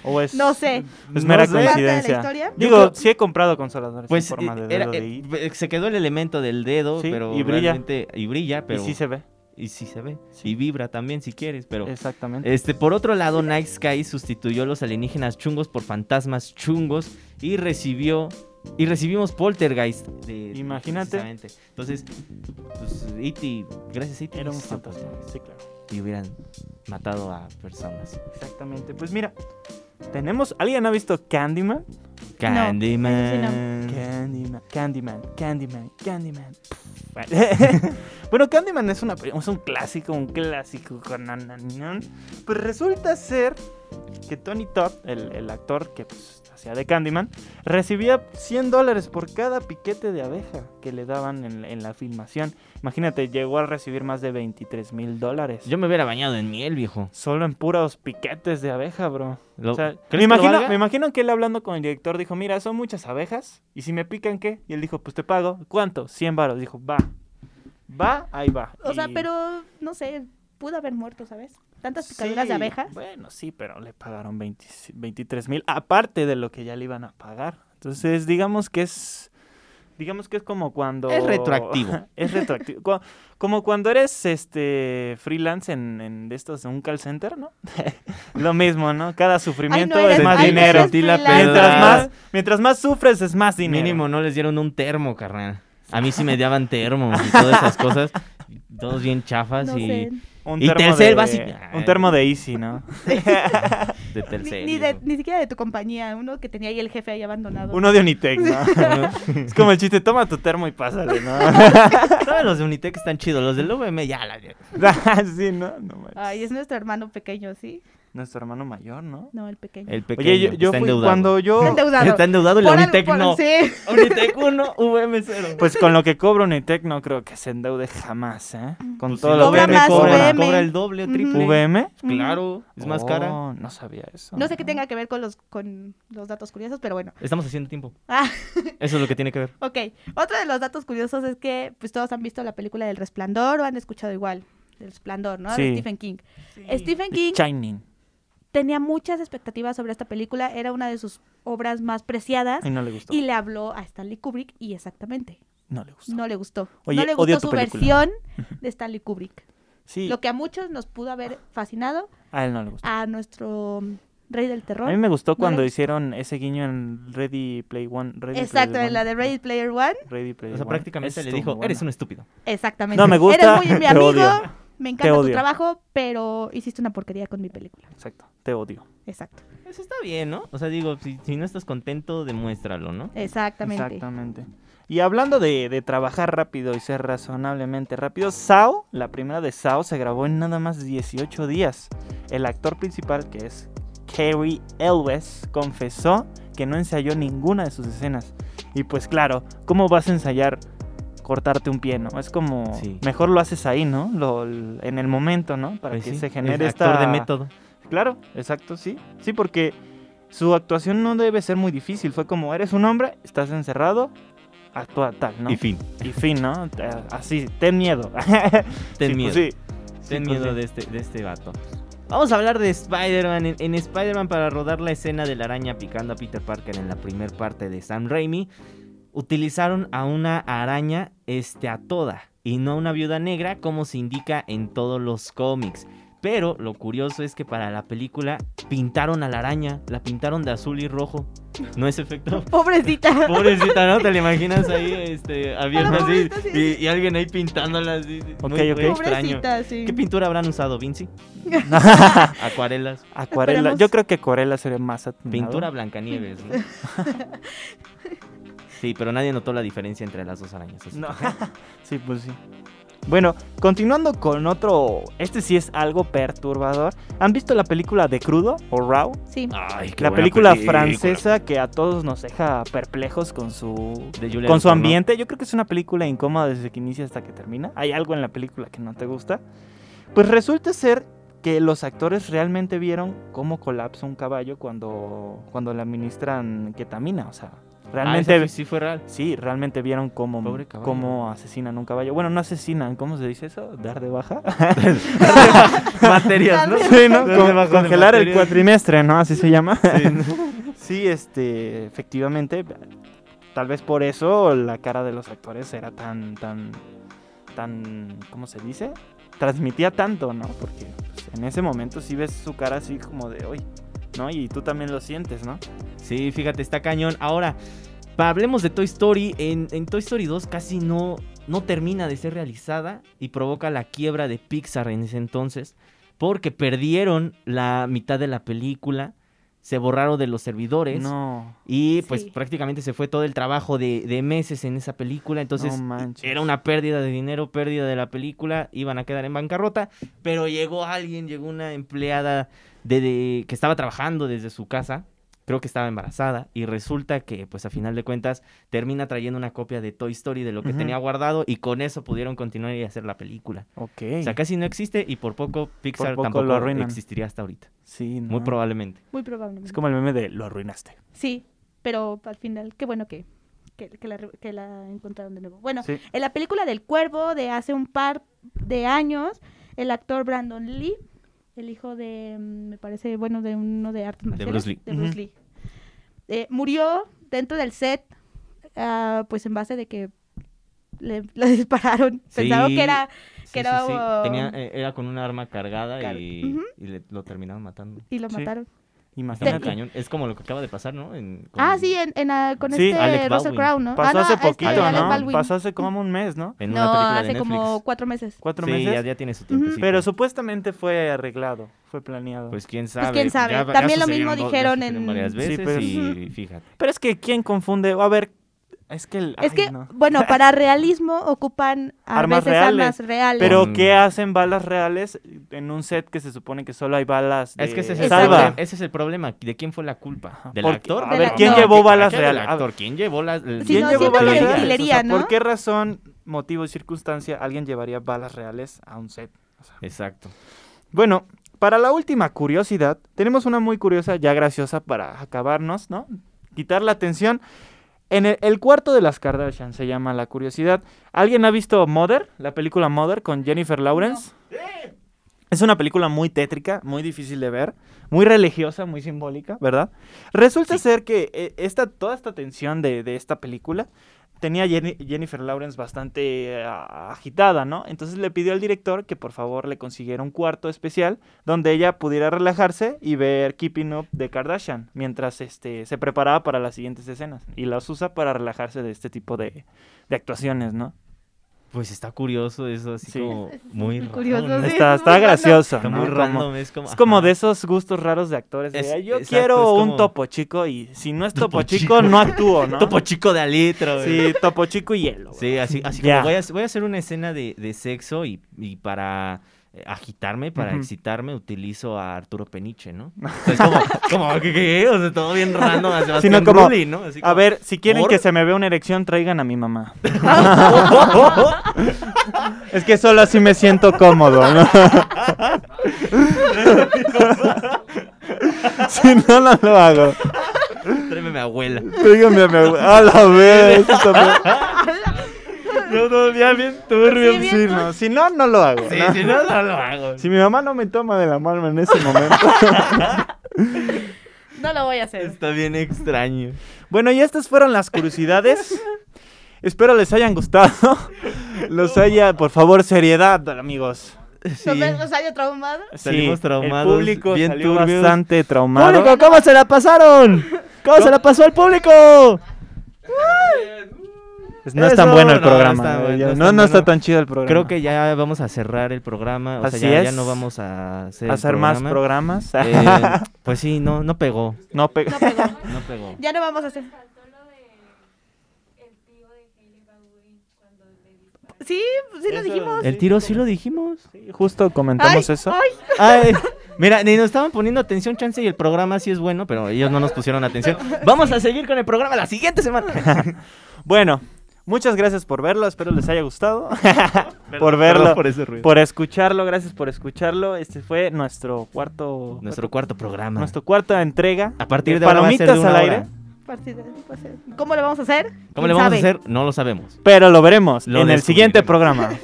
B: o es.
C: No sé.
B: Es
D: No
B: mera
D: sé.
C: ¿Parte de la
B: coincidencia.
C: historia?
B: Digo,
D: Yo creo-
B: sí he comprado consoladores
D: Pues
B: en forma de
D: eh,
B: dedo
D: era-
B: de
D: eh,
B: I,
D: eh, se quedó el elemento del dedo,
B: Sí,
D: pero
B: y brilla.
D: realmente- y brilla,
B: y
D: pero
B: sí se ve.
D: y sí se ve
B: Sí.
D: y vibra también si quieres, pero
B: Exactamente.
D: Este, por otro lado, Night Sky sustituyó a los alienígenas chungos por fantasmas chungos y recibió y recibimos Poltergeist. de-
B: Imagínate.
D: precisamente. Entonces, pues, E.T., gracias E.T.
B: Era un
D: hizo
B: fantasma.
D: Poltergeist.
B: Sí, claro. y hubieran matado a personas. Exactamente. Pues mira, tenemos. ¿Alguien ha visto Candyman? Candyman.
D: eso
B: Candyman. Candyman. Candyman. Candyman. Bueno, bueno, Candyman es, una, es un clásico, un clásico. con na, na, na. Pues resulta ser que Tony Todd, el, el actor que pues, hacía de Candyman, recibía 100 dólares por cada piquete de abeja que le daban en, en la filmación. Imagínate, llegó a recibir más de 23 mil dólares.
D: Yo me hubiera bañado en miel, viejo.
B: Solo en puros piquetes de abeja, bro.
D: Lo-
B: O sea,
D: ¿crees
B: me,
D: que lo
B: imagino,
D: valga?
B: me imagino que él hablando con el director dijo, mira, son muchas abejas, y si me pican, ¿qué? Y él dijo, pues te pago, ¿cuánto? 100 varos. Dijo, va, va, ahí va.
C: O sea,
B: Y-
C: pero no sé, pudo haber muerto, ¿sabes? Tantas picaduras
B: Sí,
C: de abejas.
B: Bueno, sí, pero le pagaron 20 23 mil, aparte de lo que ya le iban a pagar. Entonces, digamos que es... Digamos que es como cuando...
D: Es retroactivo.
B: es retroactivo. Cu- Como cuando eres este freelance en, en de estos, en un call center, ¿no? Lo mismo, ¿no? Cada sufrimiento
C: eres-
B: es más
C: ay, no
B: dinero.
C: seas Sentí la freelance.
B: mientras,
C: pedrada.
B: más, mientras más sufres, es más dinero.
D: Mínimo, no les dieron un termo, carnal. A mí sí me daban termos y todas esas cosas. Todos bien
B: Ah,
D: chafas
C: No
D: y
C: sé.
B: Un
D: Y
B: termo,
D: Telcel
B: de,
D: va así-
B: un termo de Easy, ¿no?
D: de
C: Ni,
D: tercero.
C: ni de- ni siquiera de tu compañía, uno que tenía ahí el jefe ahí abandonado.
B: Uno de Unitec, ¿no? es como el chiste, toma tu termo y pásale, ¿no?
D: Todos los de Unitec están chidos. Los del UVM ya la...
B: Ah, sí, ¿no? No manches.
C: Ay, es nuestro hermano pequeño, ¿sí?
B: Nuestro hermano mayor, ¿no?
C: No, el pequeño.
D: El pequeño
B: Oye, yo, yo
D: está
B: fui
D: endeudado.
B: cuando yo...
C: Está endeudado.
D: Está endeudado y la
C: Por algo-
D: Unitec
C: por-
D: no.
C: Sí.
D: Unitec 1, UVM 0.
B: Pues con lo que cobra Unitec no creo que se endeude jamás, ¿eh? Con
D: Pues
B: todo lo
C: Mm. Cobra
B: que
C: más
B: cobra.
C: UVM.
D: Cobra el doble o triple.
B: ¿VM?
D: Claro, es más cara.
B: Oh, No sabía eso.
C: No sé qué tenga que ver con los, con los datos curiosos, pero bueno.
D: Estamos haciendo tiempo.
C: Ah,
D: Eso es lo que tiene que ver.
C: ok. Otro de los datos curiosos es que pues todos han visto la película del Resplandor o han escuchado igual. El Resplandor, ¿no?
B: Sí.
C: De Stephen King. Stephen
B: The
C: King
B: Shining.
C: tenía muchas expectativas sobre esta película. Era una de sus obras más preciadas.
B: Y no le gustó.
C: Y le habló a Stanley Kubrick y exactamente,
B: No le gustó.
C: no le gustó.
B: Oye,
C: no le
B: odio tu
C: gustó su
B: película.
C: versión de Stanley Kubrick.
B: Sí,
C: Lo que a muchos nos pudo haber fascinado,
B: a él no le gustó.
C: a nuestro mm, rey del
B: A
C: terror.
B: mí me gustó
C: No
B: cuando
C: le-
B: hicieron ese guiño en Ready Play One. Ready
C: Exacto,
B: Player
C: en la
B: One.
C: de Ready Player One.
B: Ready Player
D: O sea,
B: One.
D: prácticamente
B: Esa
D: le
B: estuvo
D: dijo,
B: muy buena.
D: eres un estúpido.
C: Exactamente.
B: No me gusta,
C: Eres muy mi
B: te
C: amigo,
B: odio.
C: me encanta tu
B: odio.
C: trabajo, pero hiciste una porquería con mi película.
B: Exacto, te odio.
C: Exacto,
D: Eso está bien, ¿no? O sea, digo, si, si no estás contento, demuéstralo, ¿no?
C: exactamente.
B: Exactamente. Y hablando de, de trabajar rápido y ser razonablemente rápido, Sao, la primera de Sao, se grabó en nada más 18 días. El actor principal, que es Cary Elwes, confesó que no ensayó ninguna de sus escenas. Y pues claro, ¿cómo vas a ensayar cortarte un pie, no? Es como,
D: Sí.
B: mejor lo haces ahí, ¿no? Lo- en el momento, ¿no? Para
D: Pues
B: que
D: sí,
B: se
D: es
B: genere esta...
D: actor de método.
B: Claro, exacto, sí. Sí, porque su actuación no debe ser muy difícil. Fue como, eres un hombre, estás encerrado, actúa tal, ¿no?
D: Y fin.
B: Y fin, ¿no? Eh, Así, ten miedo. Sí,
D: Ten
B: pues
D: miedo.
B: sí.
D: Ten
B: Sí, pues
D: miedo
B: sí.
D: de este, de este vato. Vamos a hablar de Spider-Man. En, en Spider-Man, para rodar la escena de la araña picando a Peter Parker en la primera parte de Sam Raimi, utilizaron a una araña este, a toda y no a una viuda negra, como se indica en todos los cómics. Pero lo curioso es que para la película pintaron a la araña, la pintaron de azul y rojo. No es efecto
C: Pobrecita.
D: Pobrecita, ¿no? ¿Te la imaginas ahí este, abierta
C: A la
D: así?
C: pobrecita, sí,
D: Y, y alguien ahí pintándola así.
B: Ok,
D: muy
B: ok.
D: extraño.
C: Pobrecita, sí.
D: ¿Qué pintura habrán usado, Vinci? Acuarelas.
B: Acuarela.
C: Esperemos.
B: Yo creo que acuarela sería más atinado.
D: Pintura Blancanieves. ¿no? Sí, pero nadie notó la diferencia entre las dos arañas. así
B: No.
D: que-
B: sí, pues sí. Bueno, continuando con otro, este sí es algo perturbador. ¿Han visto la película de Crudo o Raw?
C: Sí.
D: Ay, qué
B: La
D: buena
B: película,
D: película.
B: francesa que a todos nos deja perplejos con su
D: De Julia Ah,
B: con su
D: Ducournau.
B: ambiente. Yo creo que es una película incómoda desde que inicia hasta que termina. Hay algo en la película que no te gusta. Pues resulta ser que los actores realmente vieron cómo colapsa un caballo cuando, cuando le administran ketamina. O sea,
D: Ah,
B: realmente...
D: esa sí, sí fue real.
B: Sí, realmente vieron cómo,
D: Pobre caballo.
B: cómo asesinan un caballo. Bueno, no asesinan, ¿cómo se dice eso? ¿Dar de baja?
D: Materias, ¿no?
B: Sí, ¿no?
D: Entonces,
B: Con-
D: debajo de
B: congelar el
D: material.
B: cuatrimestre, ¿no? Así se llama. Sí, este, efectivamente, tal vez por eso la cara de los actores era tan, tan, tan, ¿cómo se dice? Transmitía tanto, ¿no? Porque pues, en ese momento sí ves su cara así como de hoy, ¿no? Y tú también lo sientes, ¿no?
D: Sí, fíjate, está cañón. Ahora, pa- hablemos de Toy Story. En, en Toy Story 2 casi no, no termina de ser realizada y provoca la quiebra de Pixar en ese entonces porque perdieron la mitad de la película, se borraron de los servidores
B: No.
D: y pues
C: Sí.
D: prácticamente se fue todo el trabajo de, de meses en esa película, entonces
B: No manches.
D: era una pérdida de dinero, pérdida de la película, iban a quedar en bancarrota, pero llegó alguien, llegó una empleada de, de- que estaba trabajando desde su casa, creo que estaba embarazada, y resulta que, pues a final de cuentas, termina trayendo una copia de Toy Story de lo que
B: Ujú.
D: tenía guardado y con eso pudieron continuar y hacer la película.
B: Ok.
D: O sea, casi no existe y por poco Pixar
B: poco
D: tampoco
B: lo arruinan.
D: existiría hasta ahorita,
B: sí, no.
D: muy probablemente.
C: Muy probablemente.
B: Es como el meme de lo arruinaste.
C: Sí, pero al final, qué bueno que, que, que la, re- que la encontraron de nuevo. Bueno,
B: Sí.
C: en la película del cuervo de hace un par de años, el actor Brandon Lee, el hijo de, mm, me parece, bueno, de uno de artes marciales.
D: Bruce Lee.
B: Ujú.
C: Lee. Eh, murió dentro del set, ah, pues en base de que le, le dispararon.
D: Sí,
C: Pensaba que era...
D: Sí,
C: Que
D: sí,
C: era,
D: sí.
C: um,
D: Tenía- eh, era con un arma cargada
C: Car-
D: y,
C: Ujú.
D: y le- lo terminaron matando.
C: Y lo
B: Sí.
C: mataron.
D: Está muy
C: Te-
B: Imagínate.
D: cañón. Es como lo que acaba de pasar, ¿no? En- con-
C: Ah, sí, en, en, ah, con
B: Sí,
C: este
D: Alec
C: Russell
D: Baldwin.
C: Crowe, ¿no? Ah,
B: Pasó
C: no,
B: hace
C: este,
B: poquito,
C: Alec
B: ¿no?
C: Baldwin.
B: Pasó hace como un mes, ¿no?
D: En
C: no,
D: una película
C: hace
D: de Netflix.
C: como cuatro meses.
B: Cuatro
D: sí,
B: meses.
D: ya, ya tiene su
C: Ujú.
D: tiempo.
B: Pero supuestamente fue arreglado, fue planeado.
D: Pues quién sabe.
C: Pues, quién sabe. También lo mismo
D: sucedieron dos-
C: dijeron
D: sucedieron
C: en-
D: varias
C: Sí,
D: veces
B: pero-
D: y fíjate.
B: Pero es que quién confunde, a ver, es que el-
C: Es
B: ay,
C: que,
B: no.
C: bueno, para realismo ocupan a
B: Armas
C: veces
B: reales.
C: armas reales.
B: Pero
D: Mm.
B: ¿qué hacen balas reales en un set que se supone que solo hay balas de
D: Es que ese es, el
B: salva?
D: problema, ese es el problema. ¿De quién fue la culpa? ¿Del
B: Porque-
D: actor?
B: a
C: Del
B: ver,
C: actor.
B: ¿quién
C: No,
B: llevó
D: ¿De-
B: balas
D: aquel del
B: reales? A ver,
D: actor? ¿Quién llevó las
C: Sí,
B: ¿Quién
C: no,
B: llevó
C: siempre
B: balas
C: que
B: reales?
C: utilería, ¿no?
B: ¿Por qué razón, motivo y circunstancia alguien llevaría balas reales a un set? O sea,
D: Exacto.
B: Bueno, para la última curiosidad, tenemos una muy curiosa, ya graciosa para acabarnos, ¿no? Quitar la atención. En el, el cuarto de las Kardashian se llama La Curiosidad. ¿Alguien ha visto Mother? La película Mother con Jennifer Lawrence. Es una película muy tétrica, muy difícil de ver, muy religiosa, muy simbólica, ¿verdad? Resulta ser que eh, esta, toda esta tensión de, de esta película tenía Jenny- Jennifer Lawrence bastante eh, agitada, ¿no? Entonces le pidió al director que por favor le consiguiera un cuarto especial donde ella pudiera relajarse y ver Keeping Up de Kardashian mientras este, se preparaba para las siguientes escenas. Y las usa para relajarse de este tipo de, de actuaciones, ¿no?
D: Pues está curioso eso, así
B: Sí.
D: como muy raro,
C: curioso,
D: ¿no?
C: sí.
B: está
C: es
B: está
C: muy
B: gracioso,
D: Está
B: ¿no?
D: muy
B: Como-
D: random, es como...
B: es como
D: ajá.
B: de esos gustos raros de actores. de,
D: Es-
B: "Ay, yo
D: exacto,
B: quiero
D: es
B: un
D: como-
B: topo chico y si no es topo,
D: Topo
B: chico,
D: Chico.
B: no actúo, ¿no?
D: Topo chico de alitro.
B: Sí, topo chico y hielo. güey.
D: Sí, así, así
B: Ya.
D: como voy a, voy a hacer una escena de, de sexo y, y para eh, agitarme, para
B: Ujú.
D: excitarme, utilizo a Arturo Peniche, ¿no? O sea, es como, como que, que- o sea, todo bien random a Sebastián
B: Sino como,
D: Rulli, ¿no? Así
B: A
D: como-
B: ver, si quieren
D: ¿Por?
B: que se me vea una erección, traigan a mi mamá. es que solo así me siento cómodo. ¿no? si no, no lo hago.
D: Tráeme a mi abuela.
B: Díganme a mi abue- A la vez. eso también.
D: No, no, ya bien turbio.
C: Sí, bien
B: Sí, no, Si no, no lo hago.
D: Sí,
B: ¿no?
D: si no, no lo hago.
B: Si mi mamá no me toma de la mano en ese momento.
C: No lo voy a hacer.
D: Está bien extraño.
B: Bueno, y estas fueron las curiosidades. Espero les hayan gustado. Los haya, por favor, seriedad, amigos.
D: Sí.
C: Nos vemos año traumado.
D: Salimos traumados,
B: El público
D: bien
B: salió
D: turbios.
B: bastante traumado.
D: ¡Público, cómo se la pasaron! ¿Cómo se la pasó al público?
B: Pues no es tan
D: Eso,
B: bueno el
D: no,
B: programa.
D: está
B: eh,
D: bueno,
B: ya- no,
D: no es
B: no,
D: tan
B: está
D: bueno.
B: tan chido el programa.
D: Creo que ya vamos a cerrar el programa. O
B: Así
D: sea, ya, ya
B: es.
D: no vamos a hacer, el
B: hacer más
D: programa.
B: programas.
D: Eh, pues sí, no, no pegó.
B: no pega.
C: No pegó.
D: No pegó.
C: Ya no vamos a hacer. Sí, pues sí lo
B: Eso-
C: dijimos.
D: El tiro sí lo dijimos.
B: Sí, Justo comentamos
C: Ay,
B: eso.
C: ay,
D: Ay, mira, ni nos estaban poniendo atención, chance, y el programa sí es bueno, pero ellos no nos pusieron atención. Vamos a seguir con el programa la siguiente semana.
B: Bueno, muchas gracias por verlo. Espero les haya gustado. por verlo. Por,
D: Perdón por ese ruido.
B: escucharlo. Gracias por escucharlo. Este fue nuestro cuarto.
D: Nuestro cuarto programa.
B: Nuestro cuarta entrega.
D: A partir de ahora va a ser de
B: Palomitas
D: una
B: al
D: hora.
B: aire.
C: partida, pues, eh, ¿Cómo lo vamos a hacer?
D: ¿Cómo
C: ¿Quién
D: le vamos
C: sabe?
D: a hacer? No lo sabemos.
B: Pero lo veremos
D: Lo
B: en el
D: descubriremos.
B: siguiente programa.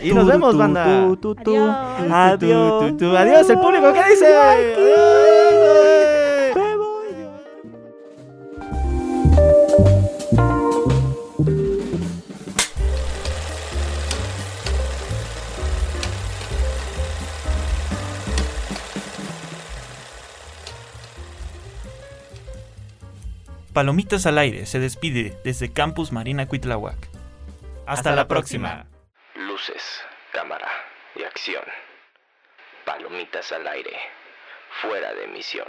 D: Y nos vemos, banda.
B: tu, tu.
C: Adiós.
B: Adiós.
D: Tu, tu, tu. Adiós, el público, ¿qué dice? Adiós.
B: Me voy yo. Palomitas al aire se despide desde Campus Marina Cuitláhuac. Hasta la próxima.
A: Luces, cámara y acción. Palomitas al aire. Fuera de misión.